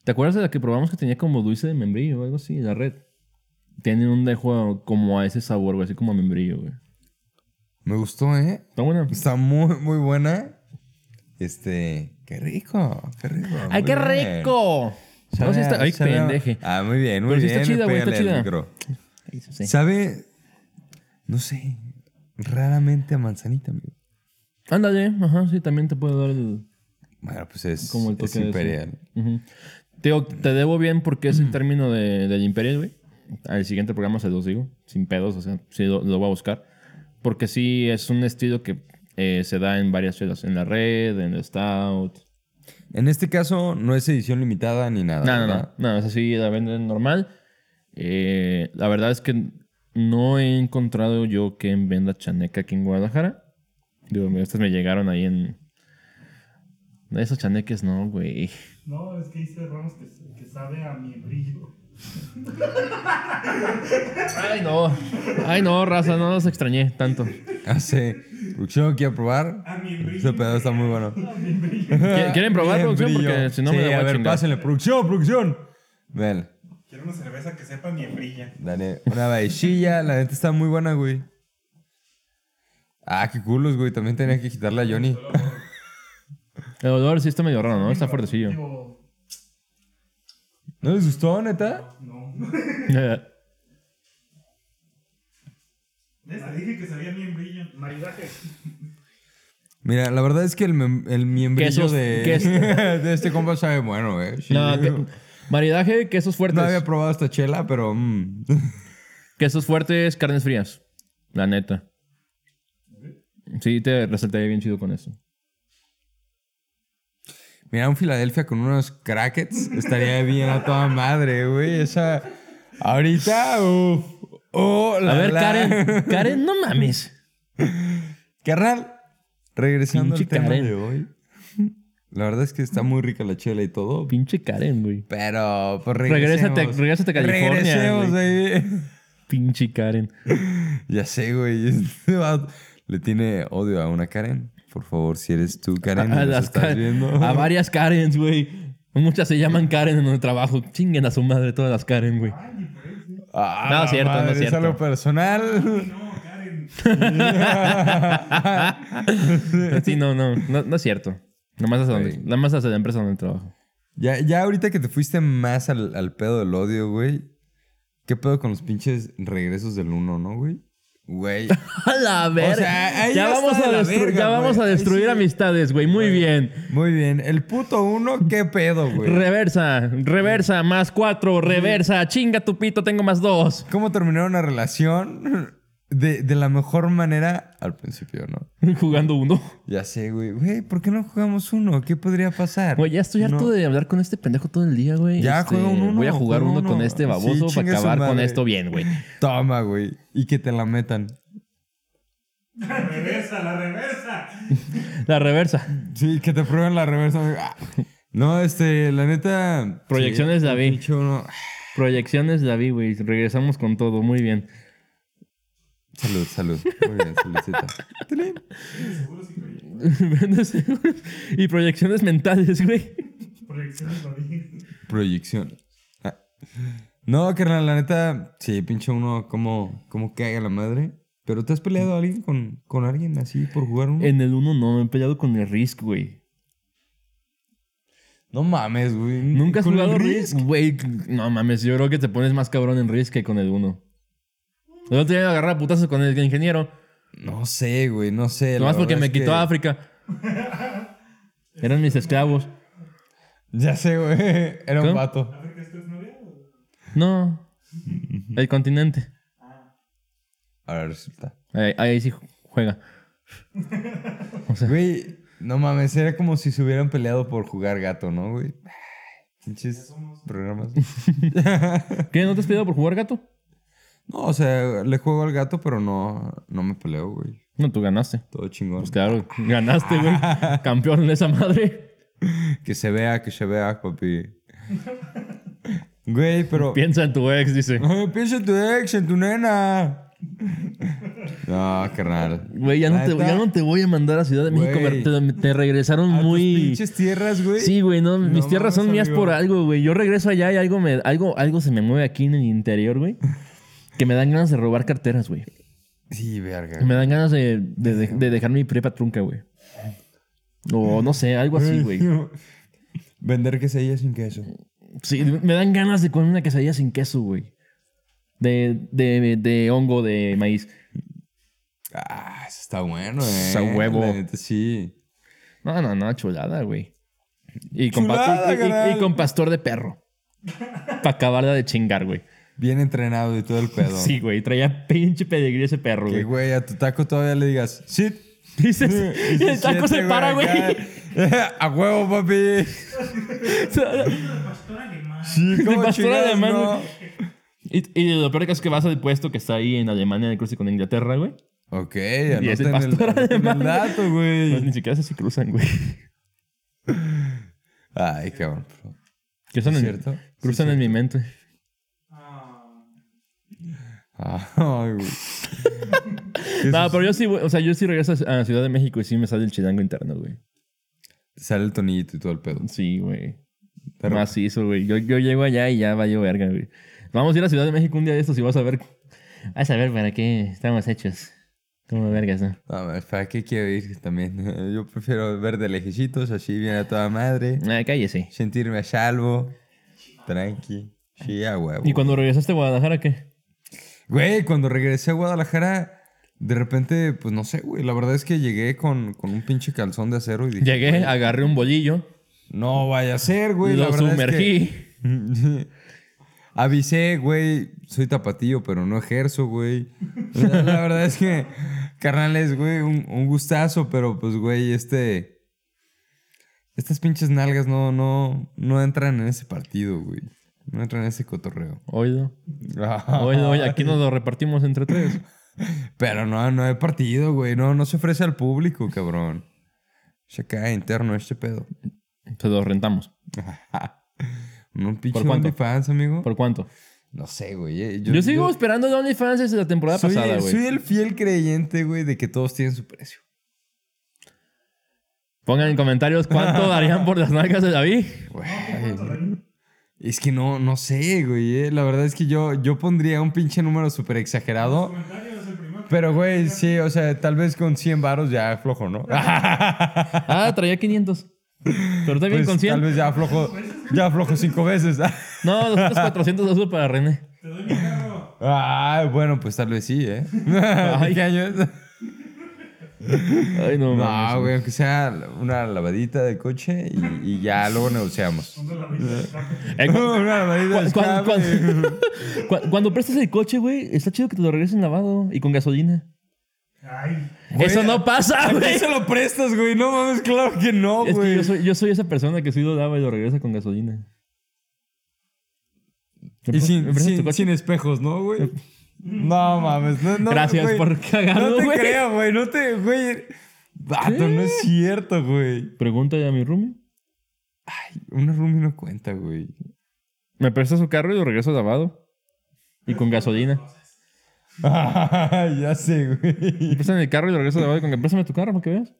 B: ¿Te acuerdas de la que probamos que tenía como dulce de membrillo o algo así? La red. Tiene un dejo como a ese sabor, güey, así como a membrillo, güey.
A: Me gustó, ¿eh?
B: Está buena.
A: Está muy, muy buena. Este, qué rico, qué rico.
B: ¡Ay,
A: muy
B: qué
A: bien.
B: rico!
A: Sabe
B: No, sí está-
A: a-
B: ¡Ay,
A: sabe a-
B: pendeje!
A: Ah, muy bien, muy
B: Pero sí
A: bien.
B: está chida, güey, está
A: pégale al
B: chida.
A: micro.
B: Ay, sí, sí.
A: Sabe, no sé, raramente a manzanita, amigo.
B: Ándale, ajá, sí, también te puedo dar el.
A: Bueno, pues es,
B: Como el
A: es
B: toque de ese.
A: imperial.
B: Ujú. Te digo, te debo bien porque es el término de, del Imperial, güey. Al siguiente programa se los digo, sin pedos, o sea, sí lo, lo voy a buscar. Porque sí es un estilo que eh, se da en varias ciudades, en la red, en el Stout.
A: En este caso no es edición limitada ni nada.
B: No, no,
A: ¿verdad?
B: no. No, es así, la venden normal. Eh, la verdad es que no he encontrado yo quien venda chaneca aquí en Guadalajara. Digo, me- estas me llegaron ahí en. Esos chaneques no, güey.
C: No, es que dice Ramos que, que sabe a mi brillo.
B: Ay, no. Ay, no, raza, no los extrañé tanto.
A: Ah, sí. Producción, quiero probar.
C: A mi brillo.
A: Ese pedo está muy bueno.
B: ¿Qui- ¿Quieren probar,
A: Bien,
B: producción? Porque
A: brillo.
B: si no
A: Sí,
B: me la voy a,
A: a ver,
B: chingar.
A: pásenle. Producción, producción. Ven,
D: Quiero una cerveza que sepa niebrilla.
A: dale una vaishilla. La neta está muy buena, güey. Ah, qué culos, güey. También tenía que quitarle a Johnny.
B: El olor sí está medio raro, ¿no? Está fuertecillo.
C: Digo,
A: ¿No les gustó, neta?
C: no.
D: ¿Ves? Te dije que sabía niebrilla.
C: Maridaje.
A: Mira, la verdad es que el, mem- el miembrillo
B: Quesos-
A: de,
B: queso.
A: de este compa sabe bueno, güey. Sí.
B: no, que- maridaje, quesos fuertes.
A: No había probado esta chela, pero... mm.
B: Quesos fuertes, carnes frías. La neta. Sí, te resaltaría bien chido con eso.
A: Mira, un Filadelfia con unos crackets estaría bien a toda madre, güey. Esa. Ahorita, uff. Oh, la
B: A ver,
A: la.
B: Karen. Karen, no mames.
A: Carnal, regresando al
B: Pinche
A: tema
B: Karen.
A: de hoy. La verdad es que está muy rica la chela y todo.
B: Pinche Karen, güey.
A: Pero, pues regresemos.
B: Regrésate- regrésate a California,
A: Regresemos, baby.
B: Pinche Karen.
A: Ya sé, güey. este vato Le tiene odio a una Karen. Por favor, si eres tú, Karen,
B: a,
A: y nos
B: las
A: estás
B: Ka-
A: viendo.
B: a varias Karens, güey. Muchas se llaman Karen en el trabajo. Chinguen a su madre todas las Karen, güey.
A: Ah,
B: No,
A: la
B: cierto, no,
A: madre, es
B: cierto.
A: algo personal.
D: No, Karen.
B: Sí, no, no, no, no es cierto. Nomás hasta, donde, nomás hasta la empresa donde trabajo.
A: Ya, ya ahorita que te fuiste más al, al pedo del odio, güey. ¿Qué pedo con los pinches regresos del 1, no, güey? Güey.
B: A la verga.
A: sea, ahí
B: ya,
A: ya
B: vamos
A: está
B: a,
A: de la
B: destru-
A: verga,
B: ya
A: güey.
B: vamos a
A: Ahí
B: destruir
A: sí.
B: amistades, güey. Muy bien.
A: Muy bien. El puto 1, ¿qué pedo, güey?
B: Reversa, reversa, más cuatro, reversa, chinga tu pito, tengo más dos.
A: ¿Cómo terminar una relación de, de la mejor manera al principio, no?
B: Jugando uno.
A: Ya sé, güey. Güey, ¿por qué no jugamos uno? ¿Qué podría pasar?
B: Güey, ya estoy harto
A: No.
B: de hablar con este pendejo todo el día, güey.
A: Ya,
B: Este,
A: juega un uno,
B: Voy a jugar
A: juega
B: uno,
A: uno.
B: con este baboso
A: Sí,
B: para
A: chinga su
B: acabar con
A: madre.
B: esto bien, güey.
A: Toma, güey. Y que te la metan.
D: La reversa, la reversa.
B: La reversa.
A: Sí, que te prueben la reversa. güey. Ah. No, este, la neta...
B: Proyecciones
A: sí,
B: la vi.
A: pinche uno.
B: Proyecciones David, güey. Regresamos con todo, muy bien.
A: Salud, salud. Muy bien, saludcita.
B: y proyecciones mentales, güey.
C: Proyecciones lo dije.
A: Proyección. Ah. No, carnal, la neta, sí, pinche uno como, como caga la madre. Pero ¿te has peleado a alguien con, con alguien así por jugar uno?
B: En el uno no, me he peleado con el Risk, güey.
A: No mames, güey.
B: ¿Nunca has
A: ¿Con el
B: jugado
A: Risk?
B: Risk? Güey, no mames, yo creo que te pones más cabrón en Risk que con el 1. El otro día me agarré a putazos con el ingeniero.
A: No sé, güey, no sé. la
B: Nomás porque
A: verdad
B: me
A: es que-
B: quitó África. Eran mis esclavos.
A: Ya sé, güey. Era
B: ¿Cómo?
A: un vato.
D: A ver, ¿qué es tu exnovia? o?
B: No. El continente.
A: Ahora resulta.
B: Ahí, ahí sí juega.
A: Güey, no mames, era como si se hubieran peleado por jugar gato, ¿no, güey? Pinches programas.
B: ¿Qué? ¿No te has pedido por jugar gato?
A: No, o sea, le juego al gato, pero no, no me peleo, güey.
B: No, tú ganaste.
A: Todo chingón.
B: Pues claro, ganaste, güey. Campeón en esa madre.
A: Que se vea, que se vea, papi. Güey, pero.
B: Piensa en tu ex, dice.
A: Ay, piensa en tu ex, en tu nena. No, carnal.
B: Güey, ya, no
A: La
B: te-
A: neta,
B: ya no te voy a mandar a Ciudad de México.
A: Güey.
B: Te, te regresaron
A: a tus
B: muy...
A: pinches tierras, güey.
B: Sí, güey, no, mis
A: No
B: tierras son
A: mames,
B: mías
A: amigo.
B: por algo, güey. Yo regreso allá y algo, me, algo, algo se me mueve aquí en el interior, güey. Que me dan ganas de robar carteras, güey.
A: Sí, verga.
B: Me dan ganas de, de- de- de dejar mi prepa trunca, güey. O no sé, algo así, güey.
A: Vender quesadillas sin queso.
B: Sí, me dan ganas de comer una quesadilla sin queso, güey. De, de, de hongo, de maíz.
A: Ah, eso está bueno, eh.
B: Está huevo.
A: La neta, sí.
B: No, no, no, chulada, güey. Y con, pa-
A: Chulada,
B: y- y- y-
A: carnal.
B: y con pastor de perro. Para acabarla de chingar, güey.
A: Bien entrenado y todo el pedo.
B: Sí, güey. Traía pinche pedigrí ese perro,
A: Que,
B: güey.
A: güey, a tu taco todavía le digas, sit, Mm,
B: Dices, y el taco se para, güey.
A: A huevo, papi.
C: El pastor alemán.
A: Sí, ¿cómo
B: pastor
A: chingados,
B: alemán,
A: no?
B: güey. Y, y lo peor que es que vas al puesto que está ahí en Alemania, en el cruce con Inglaterra, güey.
A: Ok,
B: Y es
A: anoten
B: el
A: el,
B: pastor
A: anoten
B: alemán,
A: el dato,
B: Pues
A: güey.
B: ni siquiera sé si cruzan, güey.
A: Ay, cabrón. bro.
B: Cruzan,
A: ¿Es
B: en,
A: cierto? Sí,
B: cruzan en mi mente.
C: Ah,
A: Ay, güey.
B: No, pero yo sí, güey, o sea, yo sí regreso a a Ciudad de México y sí me sale el chilango interno, güey.
A: Sale el tonillito y todo el pedo.
B: Sí, güey.
A: Pero-
B: Macizo, güey. Yo, yo llego allá y ya va yo verga, güey. Vamos a ir a Ciudad de México un día de estos y vas a ver. Vas a ver para qué estamos hechos. Como vergas, ¿no?
A: No, mames, ¿para qué quiero ir también? Yo prefiero ver de lejecitos, así bien a toda madre.
B: Ah, cállese.
A: Sentirme a salvo. Tranqui. Sí, a huevo.
B: ¿Y cuando regresaste a Guadalajara qué?
A: Güey, cuando regresé a Guadalajara, de repente, pues no sé, güey. La verdad es que llegué con, con un pinche calzón de acero y dije,
B: Llegué, agarré un bolillo,
A: no vaya a ser, güey. La
B: lo
A: verdad es que
B: sumergí.
A: avisé, güey, soy tapatío, pero no ejerzo, güey. O sea, la verdad es que, carnales, güey, un, un gustazo, pero pues, güey, este... Estas pinches nalgas no, no, no entran en ese partido, güey. No entran en ese cotorreo.
B: Oído. Oído, oye, aquí nos lo repartimos entre tres.
A: Pero no, no he partido, güey. No, no se ofrece al público, cabrón. Se cae interno este pedo.
B: Se los rentamos.
A: Un pinche
B: ¿Por cuánto?
A: OnlyFans, amigo.
B: ¿Por cuánto?
A: No sé, güey. eh,
B: Yo, sigo esperando el OnlyFans desde la temporada
A: soy,
B: pasada, güey.
A: soy el fiel creyente, güey, de que todos tienen su precio.
B: Pongan en comentarios cuánto darían por las nalgas de David.
A: Güey. Es que no, no sé, güey. eh. La verdad es que yo, yo pondría un pinche número súper exagerado.
C: comentarios, el primero.
A: Pero, güey, sí, o sea, tal vez con 100 varos ya aflojo, ¿no?
B: Ah, traía 500. Pero está bien
A: Pues,
B: con 100.
A: Tal vez ya aflojo, ya aflojo cinco veces.
B: No, los otros 400 los uso para René.
C: Te doy mi carro.
A: Ah, bueno, pues tal vez sí, ¿eh? ¿De ¿Qué año es?
B: Ay, no, mames.
A: No, güey, aunque sea una lavadita de coche y, y ya luego negociamos.
C: Pongo la risa de escape.
B: Eh, cu-
A: una lavadita de
B: cu- cuan-
A: escape.
B: cuan- cuan- Cuando prestas el coche, güey, está chido que te lo regresen lavado y con gasolina.
C: Ay,
A: Güey,
B: Eso no pasa,
A: ¿A quién
B: güey.
A: se lo prestas, güey? No mames, claro que no,
B: Es que
A: güey.
B: yo soy, yo soy esa persona que sí lo lava y lo regresa con gasolina.
A: Y
B: ¿Me
A: sin,
B: prestas tu
A: sin,
B: coche?
A: sin espejos, ¿no, güey? No mames, no, no.
B: Gracias
A: güey.
B: por cagarlo,
A: No te
B: güey.
A: creo, güey, no te, güey. Vato, no es cierto, güey.
B: Pregúntale a mi roomie.
A: Una roomie no cuenta, güey.
B: Me presta su carro y lo regreso lavado. Y con gasolina.
A: ya sé, güey.
B: Me prestan el carro y lo regreso lavado y con gasolina. Préstame tu carro para que veas.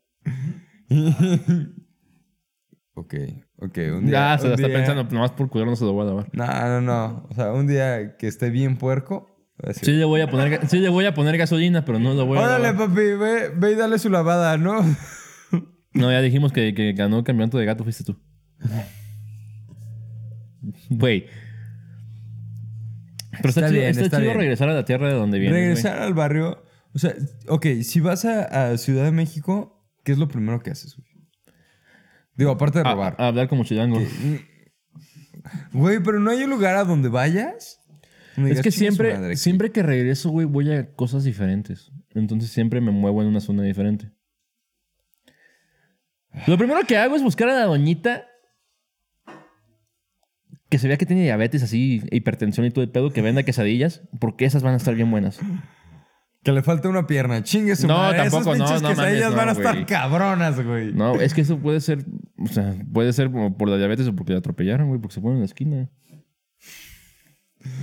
A: Ok, ok, un día.
B: Ya, se
A: un
B: la está
A: día-
B: pensando. pues, Nomás por cuidar no se lo voy a lavar.
A: No, no, no. O sea, un día que esté bien puerco. va a decir,
B: Sí le voy a poner, ga- sí le voy a poner gasolina, pero no lo voy a
A: Órale,
B: lavar.
A: papi, ve, ve y dale su lavada, ¿no?
B: No, ya dijimos que, que ganó el campeonato de gato, fuiste tú. Güey. Pero
A: Está
B: está, chido,
A: bien,
B: está
A: está
B: chido
A: bien.
B: regresar a la tierra de donde vienes. güey.
A: Regresar al barrio. O sea, ok, si vas a, a Ciudad de México, ¿qué es lo primero que haces, güey? Digo, aparte de
B: A-
A: robar.
B: a hablar como chilango.
A: Güey, pero no hay un lugar a donde vayas. donde
B: Es
A: digas, "Chinga
B: que
A: su
B: siempre,
A: madre".
B: siempre que regreso, güey, voy a cosas diferentes. Entonces siempre me muevo en una zona diferente. Lo primero que hago es buscar a la doñita que se vea que tiene diabetes así, hipertensión y todo el pedo, que venda quesadillas, porque esas van a estar bien buenas.
A: Que le falta una pierna. Chingue su
B: No,
A: madre.
B: tampoco,
A: Esas
B: no,
A: pinches
B: no mames,
A: quesadillas
B: no,
A: van a estar
B: güey.
A: cabronas, güey.
B: No, es que eso puede ser, o sea, puede ser como por la diabetes o porque la atropellaron, güey, porque se ponen en la esquina.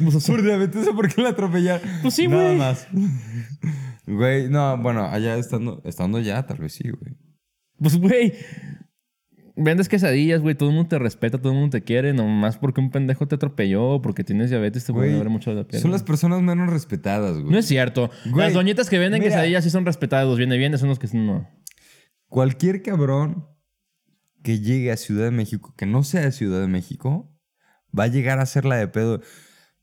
A: Pues absurdo, vete, ¿por qué la atropellaron?
B: Pues sí,
A: Nada
B: güey.
A: más. Güey, no, bueno, allá estando, estando allá, tal vez sí, güey.
B: Pues, güey, vendes quesadillas, güey, todo el mundo te respeta, todo el mundo te quiere, nomás porque un pendejo te atropelló, porque tienes diabetes, este te pueden
A: Güey,
B: ver mucho de la pierna.
A: Son las personas menos respetadas, güey.
B: No es cierto.
A: Güey,
B: las doñitas que venden
A: mira.
B: quesadillas sí son respetados, viene bien, son los que no.
A: Cualquier cabrón que llegue a Ciudad de México, que no sea de Ciudad de México, va a llegar a hacerla de pedo.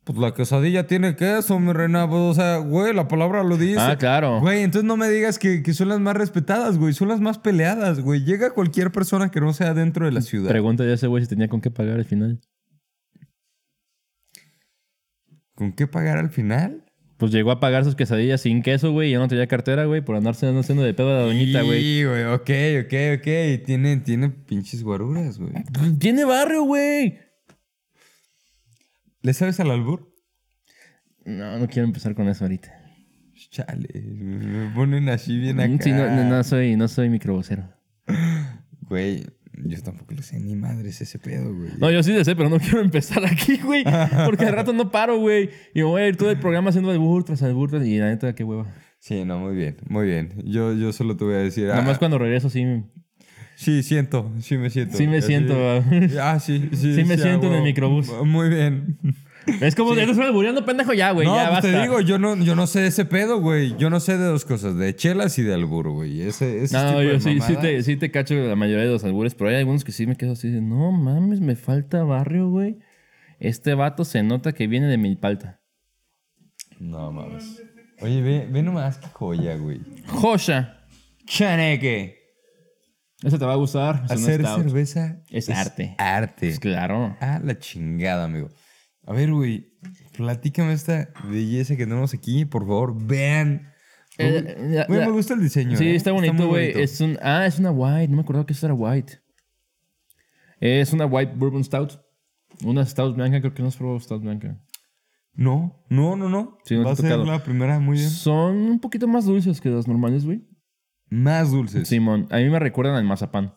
A: Pues la quesadilla tiene queso, mi reina. Pues, o sea, güey, la palabra lo dice.
B: Ah, claro.
A: Güey, entonces no me digas que, que son las más respetadas, güey. Son las más peleadas, güey. Llega cualquier persona que no sea dentro
B: Mm,
A: de la ciudad.
B: Pregúntale a ese güey si tenía con qué pagar al final.
A: ¿Con qué pagar al final?
B: Pues llegó a pagar sus quesadillas sin queso, güey. y Ya no tenía cartera, güey, por andarse andando haciendo de pedo a la doñita, güey.
A: Sí, güey, ok, ok, ok. Tiene, tiene pinches guaruras, güey.
B: Tiene barrio, güey.
A: ¿Le sabes al albur?
B: No, no quiero empezar con eso ahorita.
A: Chale, me me ponen así bien acá.
B: Mm, Sí, no, no, no soy, no soy microbocero.
A: Güey, yo tampoco le sé ni madres ese pedo, güey.
B: No, yo sí le sé, pero no quiero empezar aquí, güey. Porque de rato no paro, güey. Y me voy a ir todo el programa haciendo albur tras albur. tras- Y la neta, qué hueva.
A: Sí, no, muy bien, muy bien. Yo, yo solo te voy a decir...
B: Nada
A: ah,
B: más cuando regreso, sí,
A: Sí, siento, sí me siento.
B: sí me
A: Así-
B: siento. va.
A: Ah, sí, sí.
B: Sí me
A: ah,
B: siento en el
A: huevo.
B: microbús.
A: Muy bien.
B: Es como, ya te estoy albureando, pendejo, ya, güey.
A: no,
B: ya
A: pues
B: basta.
A: te digo, yo no, yo no sé de ese pedo, güey. Yo no sé de dos cosas, de chelas y de albur, güey. Ese, ese
B: No,
A: este tipo
B: no,
A: de
B: yo sí, sí,
A: mamadas.
B: te, sí te cacho la mayoría de los albures, pero hay algunos que sí me quedo así de, no mames, me falta barrio, güey. Este vato se nota que viene de Milpalta.
A: No mames. Oye, ve, ve nomás qué joya, güey.
B: Josha.
A: Chaneque.
B: Ese te va a gustar. ese no
A: Hacer
B: está out.
A: cerveza
B: Es arte.
A: Arte.
B: Pues claro.
A: A Ah, la chingada, amigo. A ver, güey. Platícame esta belleza que tenemos aquí, por favor. Vean.
B: Eh,
A: Güey,
B: la-
A: güey,
B: la-
A: me gusta el diseño.
B: Sí,
A: ¿eh?
B: está bonito,
A: muy
B: güey.
A: bonito.
B: Es un, ah, es una white. No me acordaba que eso era white. Es una white bourbon stout. Una stout blanca, creo que no has probado stout blanca.
A: No, no, no, no.
B: Sí, no te
A: Va
B: he
A: a ser
B: tocado.
A: la primera, muy bien.
B: Son un poquito más dulces que las normales, güey.
A: Más dulces.
B: Simón, a mí me recuerdan al mazapán.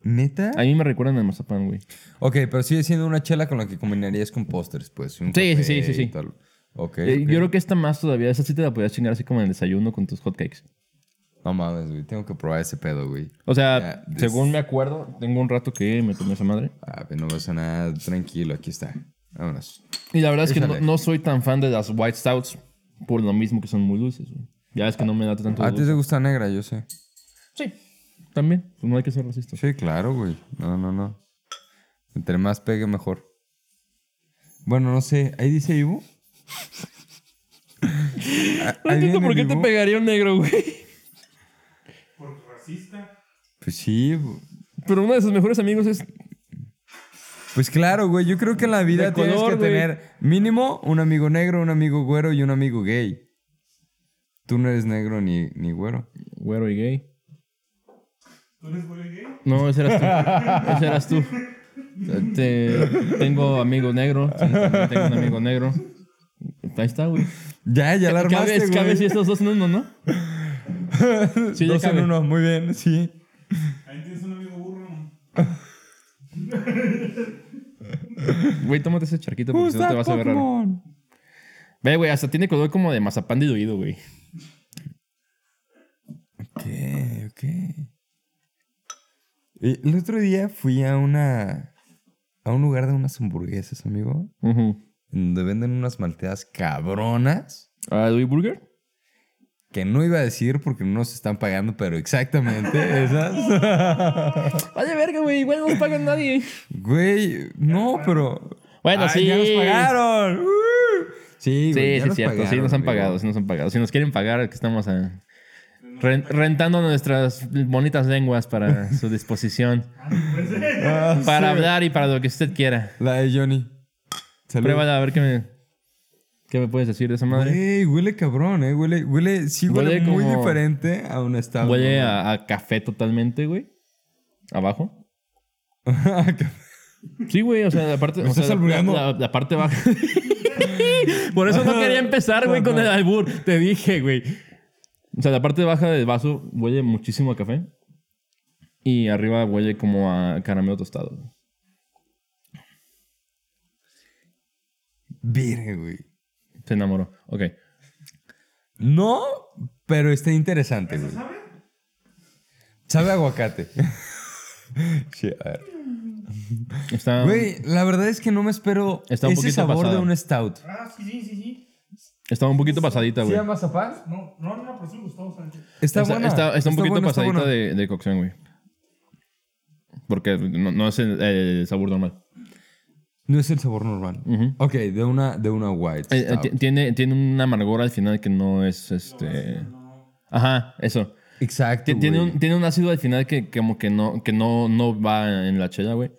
A: ¿Neta?
B: A mí me recuerdan al mazapán, güey.
A: Ok, pero sigue siendo una chela con la que combinarías con pósters, pues. un
B: Sí, sí,
A: café
B: sí, sí,
A: y
B: sí.
A: tal. Ok.
B: Eh,
A: ok.
B: Yo creo que esta más todavía, esa sí te la podías chingar así como en el desayuno con tus hotcakes.
A: No mames, güey. Tengo que probar ese pedo, güey.
B: O sea,
A: Ya,
B: según me acuerdo, tengo un rato que me tomé esa madre.
A: Ah, pero no pasa nada. Tranquilo, aquí está. Vámonos.
B: Y la verdad es que no,
A: Échale.
B: no soy tan fan de las White Stouts por lo mismo que son muy dulces, güey. Ya es que no me da tanto.
A: A ti
B: dulce.
A: te gusta negra, yo sé.
B: Sí, también. Pues no hay que ser racista.
A: Sí, claro, güey. No, no, no. Entre más pegue, mejor. Bueno, no sé. Ahí dice Ibu. Ah,
B: No
A: ahí
B: entiendo
A: viene
B: por qué
A: el
B: te
A: Ibu.
B: pegaría un negro, güey.
C: Por racista.
A: Pues sí. bu-
B: Pero uno de sus mejores amigos es.
A: Pues claro, güey. Yo creo que en la vida
B: De
A: tienes
B: color,
A: que
B: güey.
A: tener mínimo un amigo negro, un amigo güero y un amigo gay. Tú no eres negro ni, ni güero.
B: Güero y gay.
C: ¿Tú eres güey gay?
B: No, ese eras tú. ese eras tú. Te- tengo amigo negro. También Tengo un amigo negro. Ahí está, güey.
A: Ya, ya la armaste,
B: Cabe,
A: güey.
B: cabe si estos dos en uno, ¿no? Sí, ya
A: Dos en
B: cabe.
A: uno. Muy bien, sí.
C: Ahí tienes un amigo burro.
B: Güey, tómate ese charquito porque si no te vas a ver raro.
A: Pokémon.
B: Ve, güey, hasta tiene color como de mazapán diluido, güey.
A: Ok, ok. Y El otro día fui a una. a un lugar de unas hamburguesas, amigo. en Donde venden unas malteadas cabronas.
B: ¿Ah, Louis Burger?
A: Que no iba a decir porque no nos están pagando, pero exactamente esas.
B: Vaya verga, güey. Igual no nos pagan nadie.
A: Güey, no, pero.
B: Bueno,
A: Ay, ¡Ya nos
B: sí.
A: pagaron! ¡Uh! Sí, güey, ya
B: Sí, sí,
A: nos
B: es cierto. sí,
A: pagaron,
B: nos han
A: amigo.
B: pagado, sí, nos han pagado. Si nos quieren pagar, que estamos a- ren- rentando nuestras bonitas lenguas para su disposición.
A: Ah,
B: para
A: sí.
B: hablar y para lo que usted quiera.
A: La de Johnny. Salud.
B: Pruébala a ver qué me, qué me puedes decir de esa madre.
A: Güey, huele cabrón, eh. Huele, huele, sí huele,
B: Huele
A: muy
B: como-
A: diferente a un estado.
B: Huele a, a café totalmente, güey. Abajo. Sí, güey, o sea, la parte.
A: ¿Me
B: o sea,
A: estás
B: la-
A: albureando?
B: La, la parte baja. Por eso no quería empezar, güey, con el albur. Te dije, güey. O sea, la parte baja del vaso huele muchísimo a café. Y arriba huele como a caramelo tostado. güey.
A: Virgen, güey.
B: Se enamoró. Ok.
A: No, pero está interesante, güey.
C: ¿Sabe?
A: Sabe a aguacate. sí, a ver.
B: Está.
A: Güey, la verdad es que no me espero
B: Está un
A: ese
B: poquito
A: sabor
B: pasada.
A: de un stout.
C: Ah, sí, sí, sí, sí.
B: Está un poquito pasadita, güey.
A: mazapán?
C: No, no, no, pero sí me gustó bastante.
A: Está,
B: está,
A: buena.
B: está- está un poquito
A: buena, está
B: pasadita
A: buena.
B: de, de cocción, güey. Porque no, no es el, el sabor normal.
A: No es el sabor normal. Ok, de una, de una white.
B: Eh, eh,
A: stout.
B: ti- tiene, tiene un amargor al final que no es este. Ajá, eso.
A: Exacto.
B: Ti- Tiene
A: güey.
B: un, tiene un ácido al final que como que no, que no, no va en la chela, güey.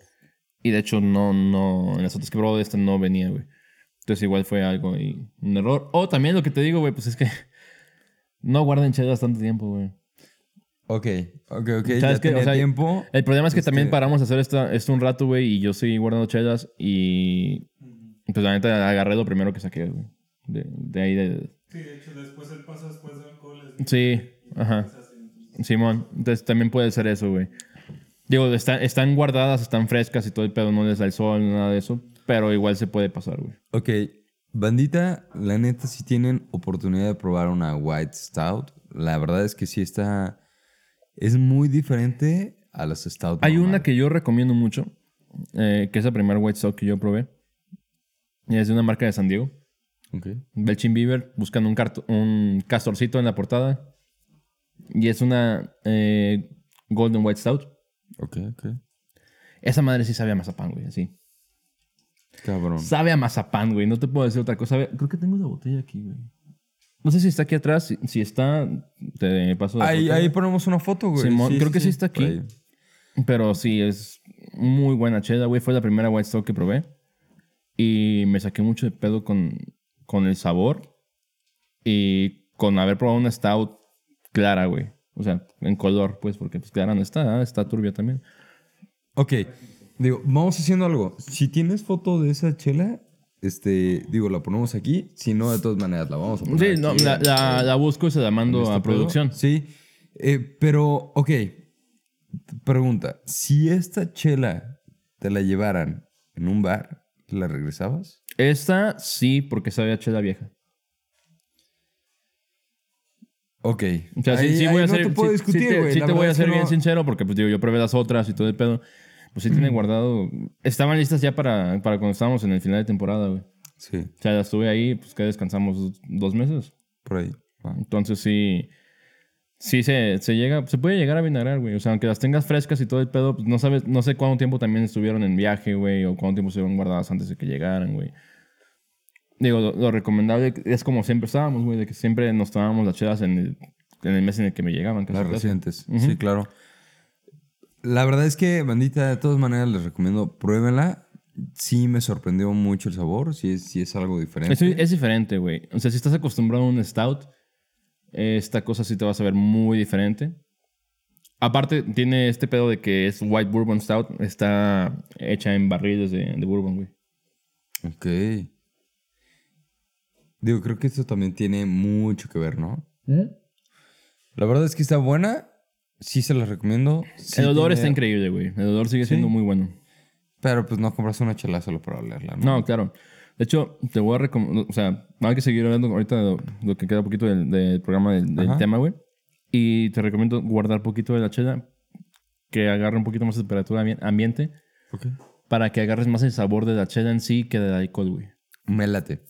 B: Y de hecho, no, no. En las otras que probé de esta no venía, güey. Entonces igual fue algo y un error. O también lo que te digo, güey, pues es que no guarden chelas tanto tiempo, güey.
A: Ok, ok, ok.
B: ¿Sabes
A: Ya
B: qué? O
A: tenía
B: sea,
A: tiempo.
B: El problema es que también
A: Este-
B: paramos a hacer esto, esto un rato, güey, y yo seguí guardando chelas y pues la neta agarré lo primero que saqué, güey. De, de ahí de...
C: Sí, de hecho, después él pasa después del alcohol.
B: Sí, ajá. Simón, entonces también puede ser eso, güey. Digo, está- están guardadas, están frescas y todo el pedo, no les da el sol, nada de eso, pero igual se puede pasar, güey.
A: Ok, bandita, la neta, si tienen oportunidad de probar una White Stout, la verdad es que sí está. Es muy diferente a las Stout.
B: Hay
A: normales.
B: una que yo recomiendo mucho, eh, que es la primera White Sox que yo probé. Y es de una marca de San Diego.
A: Ok.
B: Belchin Bieber, buscando un, cart- un castorcito en la portada. Y es una eh, Golden White Stout.
A: Ok, ok.
B: Esa madre sí sabe a mazapán, güey, así.
A: Cabrón.
B: Sabe a mazapán, güey. No te puedo decir otra cosa. Sabe- Creo que tengo la botella aquí, güey. No sé si está aquí atrás. Si, si está, te paso la
A: Ahí,
B: botella.
A: ahí ponemos una foto, güey.
B: Simón, creo que sí está
A: por
B: aquí.
A: ahí.
B: Pero sí, es muy buena chela, güey. Fue la primera White Stock que probé. Y me saqué mucho de pedo con, con el sabor. Y con haber probado una Stout clara, güey. O sea, en color, pues, porque pues, clara no está, ¿ah? está turbia también.
A: Ok, digo, vamos haciendo algo. Si tienes foto de esa chela, este, digo, la ponemos aquí. Si no, de todas maneras, la vamos a poner.
B: Sí, no,
A: aquí
B: la,
A: en-
B: la-
A: en
B: la busco y se la mando
A: este
B: a
A: pedo.
B: producción.
A: Sí, eh, pero, ok. Pregunta: si esta chela te la llevaran en un bar, ¿la regresabas?
B: Esta sí, porque sabía chela vieja.
A: Ok.
B: O sea, sí-
A: Ahí-
B: sí,
A: ahí
B: voy a
A: no
B: ser,
A: te puedo
B: sí-
A: discutir,
B: sí te-
A: güey.
B: sí
A: La
B: te voy
A: verdad
B: a
A: es que
B: ser bien
A: no-
B: sincero porque, pues, digo, yo probé las otras y todo el pedo. Pues sí tiene guardado. Estaban listas ya para, para cuando estábamos en el final de temporada, güey. O
A: Sí,
B: sea, las tuve ahí, pues que descansamos dos meses.
A: por ahí. Va.
B: Entonces sí. Sí se, se llega, se puede llegar a vinagrar, güey. O sea, aunque las tengas frescas y todo el pedo, pues no sabes, no sé cuánto tiempo también estuvieron en viaje, güey, o cuánto tiempo estuvieron guardadas antes de que llegaran, güey. Digo, lo, lo recomendable es como siempre estábamos, güey, de que siempre nos tomábamos las chelas en el, en el mes en el que me llegaban. casi,
A: Las
B: casi.
A: recientes, sí, claro. La verdad es que, bandita, de todas maneras les recomiendo, pruébenla. Sí me sorprendió mucho el sabor, sí es, sí es algo diferente.
B: Es, es diferente, güey. O sea, si estás acostumbrado a un stout, esta cosa sí te va a saber muy diferente. Aparte, tiene este pedo de que es White Bourbon Stout. Está hecha en barriles de, de bourbon, güey.
A: Ok. Digo, creo que esto también tiene mucho que ver, ¿no?
B: ¿Mm?
A: La verdad es que está buena, sí se las recomiendo. sí
B: el olor
A: tiene-
B: está increíble, güey. El olor sigue siendo muy bueno.
A: Pero pues no compras una chela solo para olerla, ¿no?
B: No, claro. De hecho, te voy a recomendar. O sea, hay que seguir hablando ahorita de lo, lo que queda poquito del, del programa del, del
A: Ajá.
B: tema, güey. Y te recomiendo guardar poquito de la chela que agarre un poquito más de temperatura ambi- ambiente.
A: Ok.
B: para que agarres más el sabor de la chela en sí que del alcohol, güey.
A: Me late.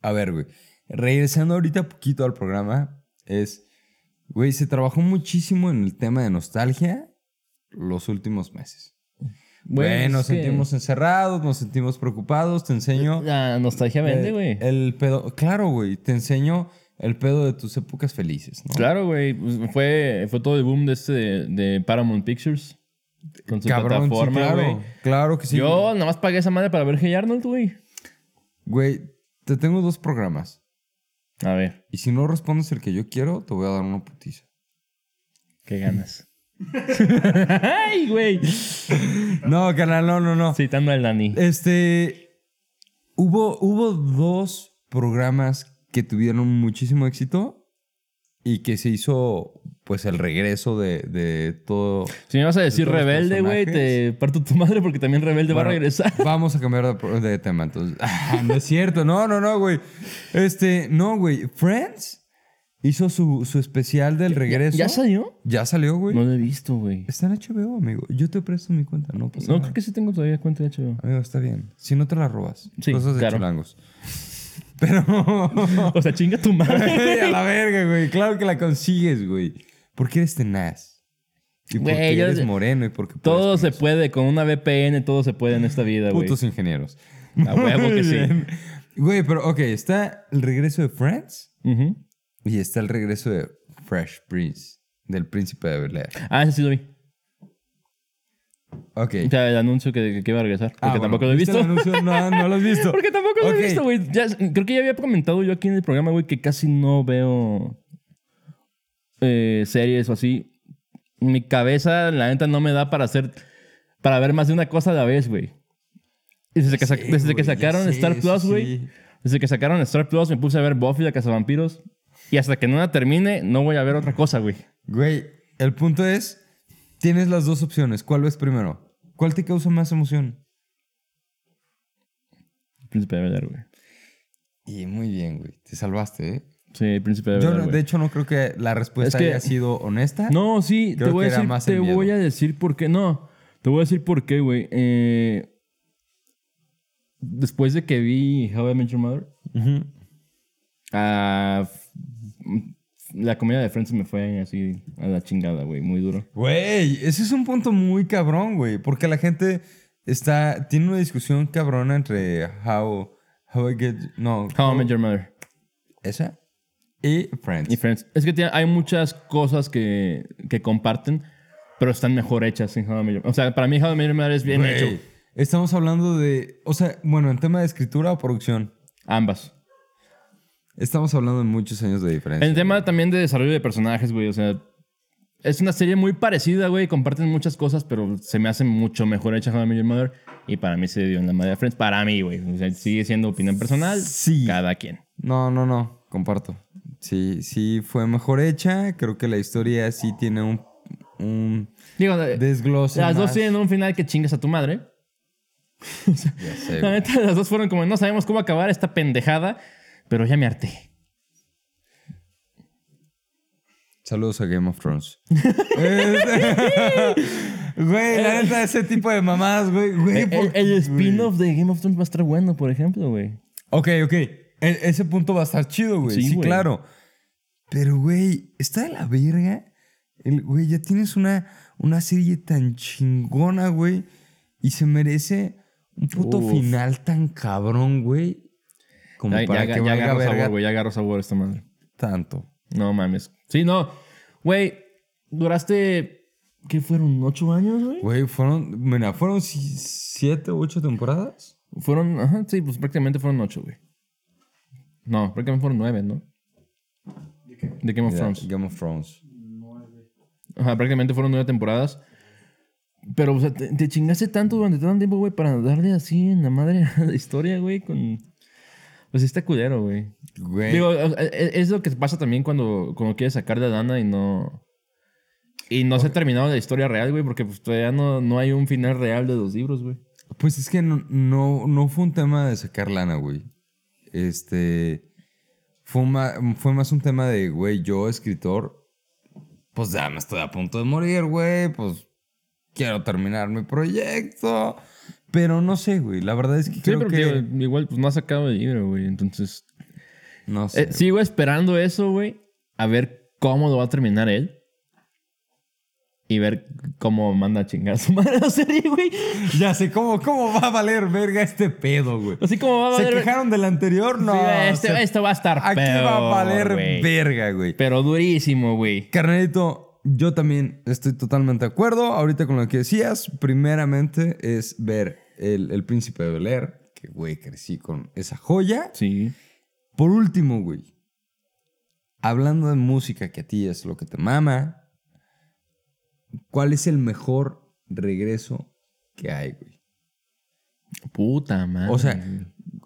A: A ver, güey. Regresando ahorita poquito al programa, es, güey, se trabajó muchísimo en el tema de nostalgia los últimos meses. Güey,
B: Güey, es
A: nos
B: que
A: sentimos encerrados, nos sentimos preocupados, te enseño...
B: La nostalgia vende,
A: el-
B: güey.
A: Eh, El pedo, claro, güey, te enseño el pedo de tus épocas felices, ¿no?
B: Claro, güey. pues, Fue, fue todo el boom de este de, de Paramount Pictures. Con su
A: Cabrón, sí,
B: plataforma, güey.
A: claro, claro que sí.
B: Yo nada más pagué esa madre para ver Hey Arnold, güey.
A: Güey, te tengo dos programas.
B: A ver,
A: Y si no respondes el que yo quiero, te voy a dar una putiza.
B: qué ganas. Ay, güey.
A: No, canal, no, no, no.
B: Citando al Dani.
A: Este. Hubo, hubo dos programas que tuvieron muchísimo éxito y que se hizo, pues, el regreso de, de todo.
B: Si me vas a decir
A: todos los
B: rebelde, güey, te
A: personajes.
B: parto tu madre porque también rebelde va
A: Bueno,
B: a regresar.
A: Vamos a cambiar de, pro- de tema, entonces. Ah, no es cierto, no, no, no, güey. Este, no, güey. Friends hizo su, su especial del regreso.
B: ¿Ya salió?
A: Ya salió, güey.
B: No lo he visto, güey.
A: Está en HBO, amigo. Yo te presto mi cuenta, no pasa
B: No,
A: nada.
B: creo que sí tengo todavía cuenta de HBO.
A: Amigo, está bien. Si no te la robas.
B: Sí,
A: Cosas de
B: claro.
A: chilangos. Pero.
B: O sea, chinga tu madre.
A: Ey, a la verga, güey. Claro que la consigues, güey. Porque eres tenaz. Y
B: Güey,
A: porque
B: yo-
A: eres moreno y porque puedes
B: Todo
A: con
B: se
A: eso.
B: puede, con una VPN todo se puede en esta vida, güey.
A: Pues, Putos ingenieros.
B: A huevo que sí.
A: Bien. Güey, pero ok, está el regreso de Friends
B: Ujú.
A: y está el regreso de Fresh Prince, del príncipe de Bel Air.
B: Ah, ese sí lo vi.
A: Ok.
B: O sea, el anuncio que, que, que iba a regresar. Porque
A: Ah, bueno,
B: tampoco lo he
A: ¿viste
B: visto.
A: el anuncio? No, no lo has visto.
B: Porque tampoco lo
A: Ok.
B: he visto, güey. Ya- Creo que ya había comentado yo aquí en el programa, güey, que casi no veo eh, series o así. Mi cabeza, la neta, no me da para hacer. para ver más de una cosa a la vez, güey. Y Desde, que, sa-
A: Sí,
B: desde que
A: güey, ya
B: sacaron
A: sé,
B: Star
A: eso
B: Plus, güey.
A: sí.
B: Desde que sacaron Star Plus, me puse a ver Buffy la Cazavampiros. Y hasta que no la termine, no voy a ver otra cosa, güey.
A: Güey, el punto es, tienes las dos opciones. ¿Cuál ves primero? ¿Cuál te causa más emoción?
B: Príncipe de Belar, güey.
A: Y muy bien, güey. Te salvaste, ¿eh?
B: Sí, Príncipe de
A: Yo,
B: Belar.
A: no- de hecho, no creo que la respuesta
B: Es que-
A: haya sido honesta.
B: No, sí,
A: Creo
B: te voy a
A: que era
B: decir,
A: más el
B: te
A: miedo.
B: voy a decir por qué. No, te voy a decir por qué, güey. Eh, después de que vi How I Met Your Mother,
A: Ujú.
B: ah, f- la comida de Friends me fue así a la chingada, güey, muy duro.
A: Güey, ese es un punto muy cabrón, güey. Porque la gente está... Tiene una discusión cabrona entre how... How I get... No.
B: How I Met Your Mother
A: Esa. Y Friends.
B: y Friends. Es que tiene- hay muchas cosas que, que comparten, pero están mejor hechas en How I Met Your Mother. O sea, para mí How I Met Your Mother es bien
A: Güey,
B: hecho.
A: Estamos hablando de... O sea, bueno, en tema de escritura o producción.
B: Ambas.
A: Estamos hablando de muchos años de diferencia.
B: En tema también de desarrollo de personajes, güey. O sea, es una serie muy parecida, güey. Comparten muchas cosas, pero se me hace mucho mejor hecha How I Met Your Mother. Y para mí se dio en la madre de Friends. Para mí, güey. O sea, sigue siendo opinión personal.
A: Sí.
B: Cada quien.
A: No, no, no. Comparto. Sí, sí fue mejor hecha. Creo que la historia sí tiene un, un
B: Digo, eh,
A: desglose
B: las dos
A: más.
B: tienen un final que chingas a tu madre.
A: Ya sé,
B: La
A: güey.
B: neta, las dos fueron como, no sabemos cómo acabar esta pendejada, pero ya me harté.
A: Saludos a Game of Thrones. Este- güey, la neta, ese tipo de mamadas, güey. güey
B: El,
A: ¿por
B: el
A: qué, güey?
B: spin-off de Game of Thrones va a estar bueno, por ejemplo, güey.
A: Ok, ok. E- ese punto va a estar chido, güey.
B: Sí,
A: Sí,
B: güey.
A: claro. Pero, güey, está de la verga. El, güey, ya tienes una, una serie tan chingona, güey. Y se merece un puto
B: Uf.
A: final tan cabrón, güey. Como
B: Ya,
A: para
B: ya-
A: que
B: ya
A: valga
B: agarro
A: verga
B: sabor, güey. Ya agarro sabor esta madre.
A: tanto.
B: No mames. Sí, no. Güey, duraste. ¿Qué fueron? ¿Ocho años, güey?
A: Güey, fueron, mira, fueron si- siete u ocho temporadas.
B: Fueron. Ajá, sí, pues prácticamente fueron ocho, güey. No, prácticamente fueron nueve, ¿no? De Game of
A: Ya,
B: Thrones.
A: Game of Thrones.
B: Ajá, prácticamente fueron nueve temporadas. Pero, o sea, te, te chingaste tanto durante tanto tiempo, güey, para darle así en la madre a la historia, güey, con. Pues está culero, güey.
A: Güey.
B: Digo, o- e- e- es lo que pasa también cuando, cuando quieres sacar de Dana y no. Y no se ha terminado la historia real, güey, porque pues todavía no, no hay un final real de los libros, güey.
A: Pues es que no, no, no fue un tema de sacar lana, güey. Este. Fue más, fue más un tema de, güey, yo, escritor, pues ya me estoy a punto de morir, güey, pues quiero terminar mi proyecto. Pero no sé, güey, la verdad es que
B: Sí,
A: creo
B: pero
A: que.
B: digo, igual pues no ha sacado el libro, güey. Entonces,
A: no
B: eh,
A: sé.
B: sigo esperando eso, güey. A ver cómo lo va a terminar él. Y ver cómo manda a chingar a su madre la serie, güey.
A: Ya sé cómo, cómo va a valer verga este pedo, güey.
B: Así como va a
A: ¿Se
B: valer.
A: quejaron del anterior? No.
B: Sí, este-
A: se-
B: esto va a estar
A: Aquí va
B: peor,
A: a valer
B: güey.
A: verga, güey.
B: Pero durísimo, güey.
A: Carnalito, yo también estoy totalmente de acuerdo. Ahorita con lo que decías, primeramente es ver el, El Príncipe de Bel Air, que güey, crecí con esa joya.
B: Sí.
A: Por último, güey, hablando de música, que a ti es lo que te mama, ¿cuál es el mejor regreso que hay, güey?
B: Puta madre.
A: O sea,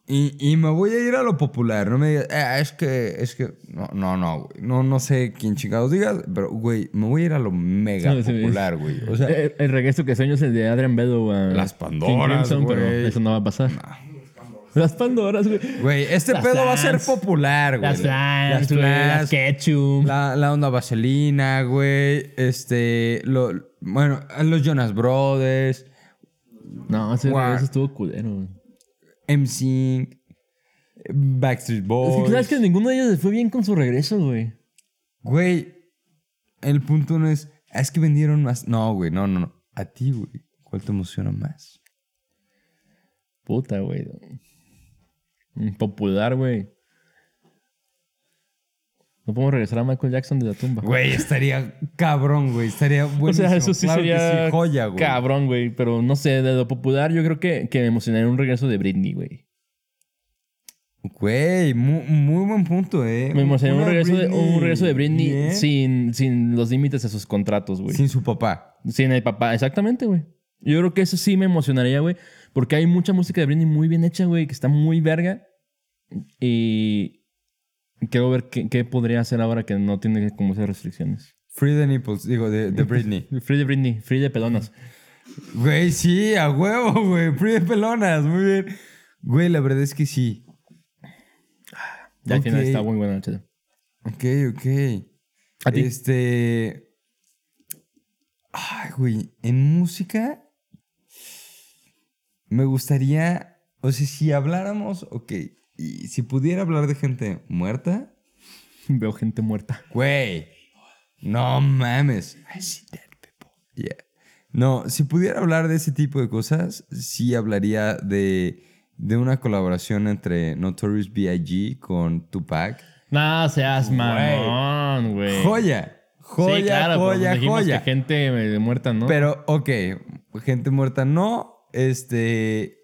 A: y, y me voy a ir a lo popular. No me digas, "Ah, es que, es que, no, no, no, güey. No, no sé quién chingados digas, pero, güey, me voy a ir a lo mega
B: Sí, sí, sí.
A: popular, güey. O sea,
B: Eh, el, el regreso que sueño es el de Adrian Bello a
A: Las
B: King
A: Pandoras,
B: Crimson,
A: güey.
B: pero eso no va a pasar. Las Pandoras, güey.
A: güey, este
B: Las
A: pedo va a ser
B: Flans.
A: popular, güey.
B: Las Flans, güey,
A: Flans,
B: las Ketchum.
A: La, la onda vaselina, güey. Este, lo, bueno, los Jonas Brothers,
B: No, ese
A: Guau.
B: regreso estuvo culero, güey.
A: MSync, Backstreet
B: Es que
A: Boys.
B: sabes que ninguno de ellos les fue bien con su regreso, güey.
A: Güey, el punto no es, "Ah, es que vendieron más. No, güey, no, no, no. A ti, güey, ¿cuál te emociona más?
B: Puta, güey. Mm, Popular, güey. No podemos regresar a Michael Jackson de la tumba.
A: Güey, estaría cabrón, güey. Estaría buenísimo.
B: O sea, eso sí
A: Claro que
B: sería
A: sí, joya, güey.
B: cabrón, güey. Pero no sé, de lo popular yo creo que, que me emocionaría un regreso de Britney, güey.
A: Güey, mu- muy, buen punto, eh.
B: Me emocionaría un
A: Una
B: regreso, de, un regreso de Britney
A: bien,
B: sin, sin los límites de sus contratos, güey.
A: Sin su papá.
B: Sin el papá, exactamente, güey. Yo creo que eso sí me emocionaría, güey. Porque hay mucha música de Britney muy bien hecha, güey, que está muy verga. Y quiero ver qué, qué podría hacer ahora que no tiene como esas restricciones.
A: Free the nipples, digo, de, de Britney.
B: Free de Britney, free de pelonas.
A: Güey, sí, a huevo, güey. Free de pelonas, muy bien. Güey, la verdad es que sí.
B: Ya al final
A: Ok.
B: está muy buena la chela.
A: Ok, ok.
B: ¿A ti?
A: Este. Ay, güey. En música. Me gustaría. O sea, si habláramos. Ok. Y si pudiera hablar de gente muerta.
B: Veo gente muerta.
A: Güey. No mames. I see dead people. Yeah. No, si pudiera hablar de ese tipo de cosas, sí hablaría de, de una colaboración entre Notorious B.I.G. con Tupac.
B: No seas
A: Güey.
B: mamón, güey.
A: Joya. Joya,
B: Eh, sí, claro, pero pues
A: joya,
B: dijimos
A: joya.
B: que gente eh, muerta, ¿no?
A: Pero, ok, gente muerta no. Este.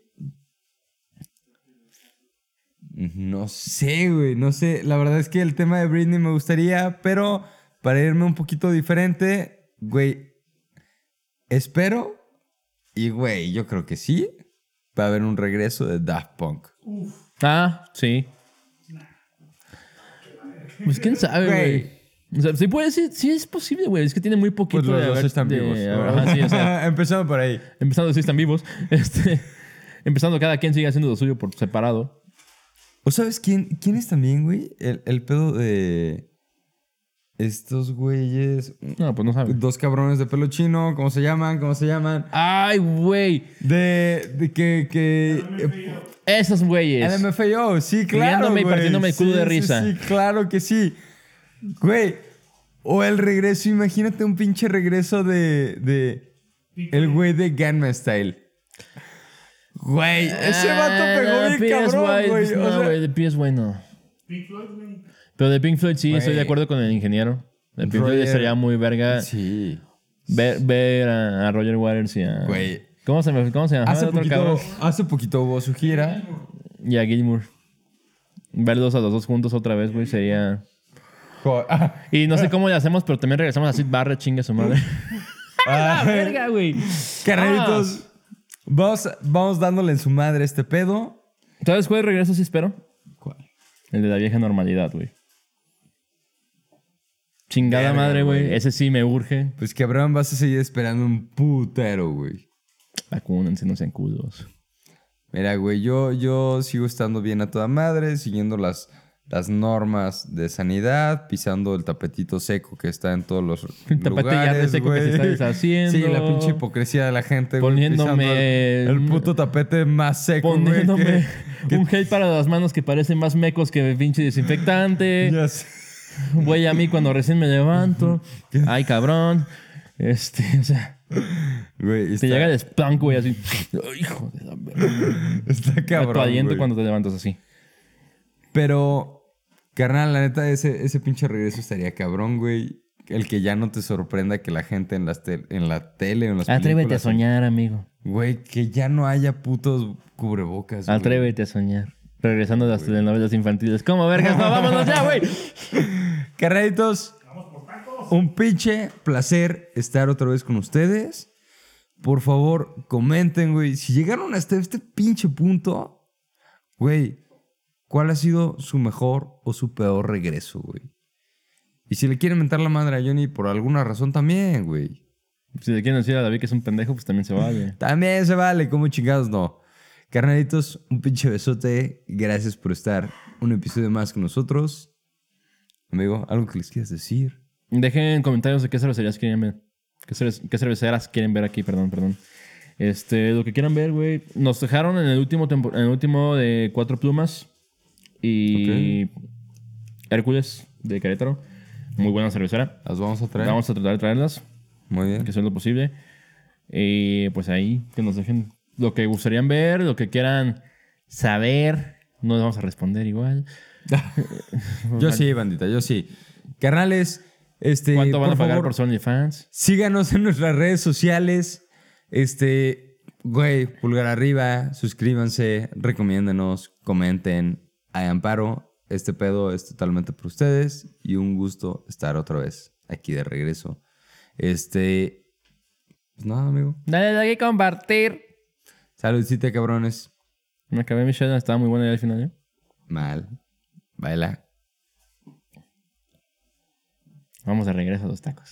A: No sé, güey, no sé. La verdad es que el tema de Britney me gustaría, pero para irme un poquito diferente, güey, espero. Y, güey, yo creo que sí. Va a haber un regreso de Daft Punk.
B: Ah, sí. Pues quién sabe,
A: Güey.
B: güey. O sea, sí puede ser, sí es posible, güey. Es que tiene muy poquito
A: Pues los
B: de
A: dos
B: haber-
A: están
B: de-
A: vivos.
B: ajá, sí, o sea,
A: Empezando por ahí.
B: empezando si están vivos. Este, empezando cada quien sigue haciendo lo suyo por separado.
A: ¿O sabes quién, quién es también, güey? El, el pedo de estos güeyes.
B: No, pues no sabe.
A: Dos cabrones de pelo chino, ¿cómo se llaman? ¿Cómo se llaman?
B: Ay, güey.
A: De, de que... eh, que
B: Esos güeyes.
A: LMFAO, sí, claro,
B: Riéndome y
A: güey.
B: partiéndome el culo
A: Sí,
B: de
A: sí,
B: risa.
A: Sí, claro que sí. Güey, o el regreso, imagínate un pinche regreso de... de el güey de Gangnam Style. Güey, ese vato
B: Ah,
A: pegó bien cabrón, güey.
B: PSY, pues
A: O
B: No,
A: sea,
B: güey, de PSY no.
E: Pink Floyd, güey.
B: Pero de Pink Floyd sí, estoy de
A: Güey.
B: acuerdo con el ingeniero. De Pink
A: Roger-
B: Floyd sería muy verga
A: Sí.
B: Ah. ver, ver a, a Roger Waters y a...
A: Güey.
B: ¿Cómo se me cómo se llamaba
A: Hace
B: el otro
A: poquito,
B: cabrón?
A: hace poquito hubo su gira.
B: Y a Gilmour. Verlos a los dos juntos otra vez, güey, sería...
A: Jo-
B: Y no sé cómo le hacemos, pero también regresamos a Sid Barrett, chinga su madre.
A: Ah,
B: güey!
A: Carnalitos,
B: Ah.
A: vamos, vamos dándole en su madre este pedo.
B: ¿Sabes cuál regreso sí espero? El de la vieja normalidad, güey. Chingada
A: Verga,
B: madre, güey.
A: güey.
B: Ese sí me urge.
A: Pues cabrón, vas a seguir esperando un putero, güey.
B: Vacúnense, no sean culos.
A: Mira, güey, yo, yo sigo estando bien a toda madre, siguiendo las, las normas de sanidad, pisando el tapetito seco que está en todos los
B: El tapete ya
A: lugares,
B: seco que
A: güey.
B: se está deshaciendo.
A: Sí, la pinche hipocresía de la gente, güey,
B: Poniéndome
A: pisando el, el
B: un-
A: puto tapete más seco, güey,
B: Poniéndome
A: que- que-
B: un gel para las manos que parece más mecos que pinche desinfectante.
A: Ya sé.
B: Güey, a mí cuando recién me levanto. Ay, cabrón. Este, o sea,
A: Güey,
B: te
A: está,
B: llega el spunk, güey, así. Ay, Hijo de la verga.
A: está
B: Tu
A: cabrón,
B: aliento
A: güey.
B: cuando te levantas así.
A: Pero, carnal, la neta, ese, ese pinche regreso estaría cabrón, güey. El que ya no te sorprenda que la gente en, las tel- en la tele, en las
B: Atrévete a
A: películas...
B: soñar, amigo.
A: Güey, que ya no haya putos cubrebocas, güey.
B: Atrévete a soñar. Regresando a las telenovelas infantiles. ¿Cómo, vergas? No, vámonos ya, güey.
A: Carnalitos, un pinche placer estar otra vez con ustedes. Por favor, comenten, güey. Si llegaron hasta este pinche punto, güey, ¿cuál ha sido su mejor o su peor regreso, güey? Y si le quieren mentar la madre a Johnny por alguna razón también, güey.
B: Si le quieren decir a David que es un pendejo, pues también se vale.
A: También se vale, como chingados no. Carnalitos, un pinche besote. Gracias por estar un episodio más con nosotros. Amigo, ¿algo que les quieras decir?
B: Dejen comentarios de qué cervecerías quieren ver. ¿Qué, cerve- qué cerveceras quieren ver aquí? Perdón, perdón. Este, lo que quieran ver, güey. Nos dejaron en el último, tempo- en el último de Cuatro Plumas y Hércules de Querétaro. Muy buena cervecera.
A: Las vamos a traer.
B: Vamos a tratar de traerlas,
A: Muy bien.
B: que sea lo posible. Y pues ahí, que nos dejen lo que gustarían ver, lo que quieran saber. No les vamos a responder igual.
A: Yo sí, bandita, yo sí. Carnales, este,
B: ¿Cuánto van
A: por
B: a pagar
A: favor,
B: por Sony Fans?
A: Síganos en nuestras redes sociales. Este, güey, pulgar arriba, suscríbanse, recomiéndenos, comenten. Hay amparo. Este pedo es totalmente por ustedes y un gusto estar otra vez aquí de regreso. Este, pues nada, amigo.
B: Dale, dale, compartir.
A: Saludcita, cabrones.
B: Me acabé mi chela, estaba muy buena ya al final, ¿eh?
A: Mal. Baila.
B: Vamos de regreso a los tacos.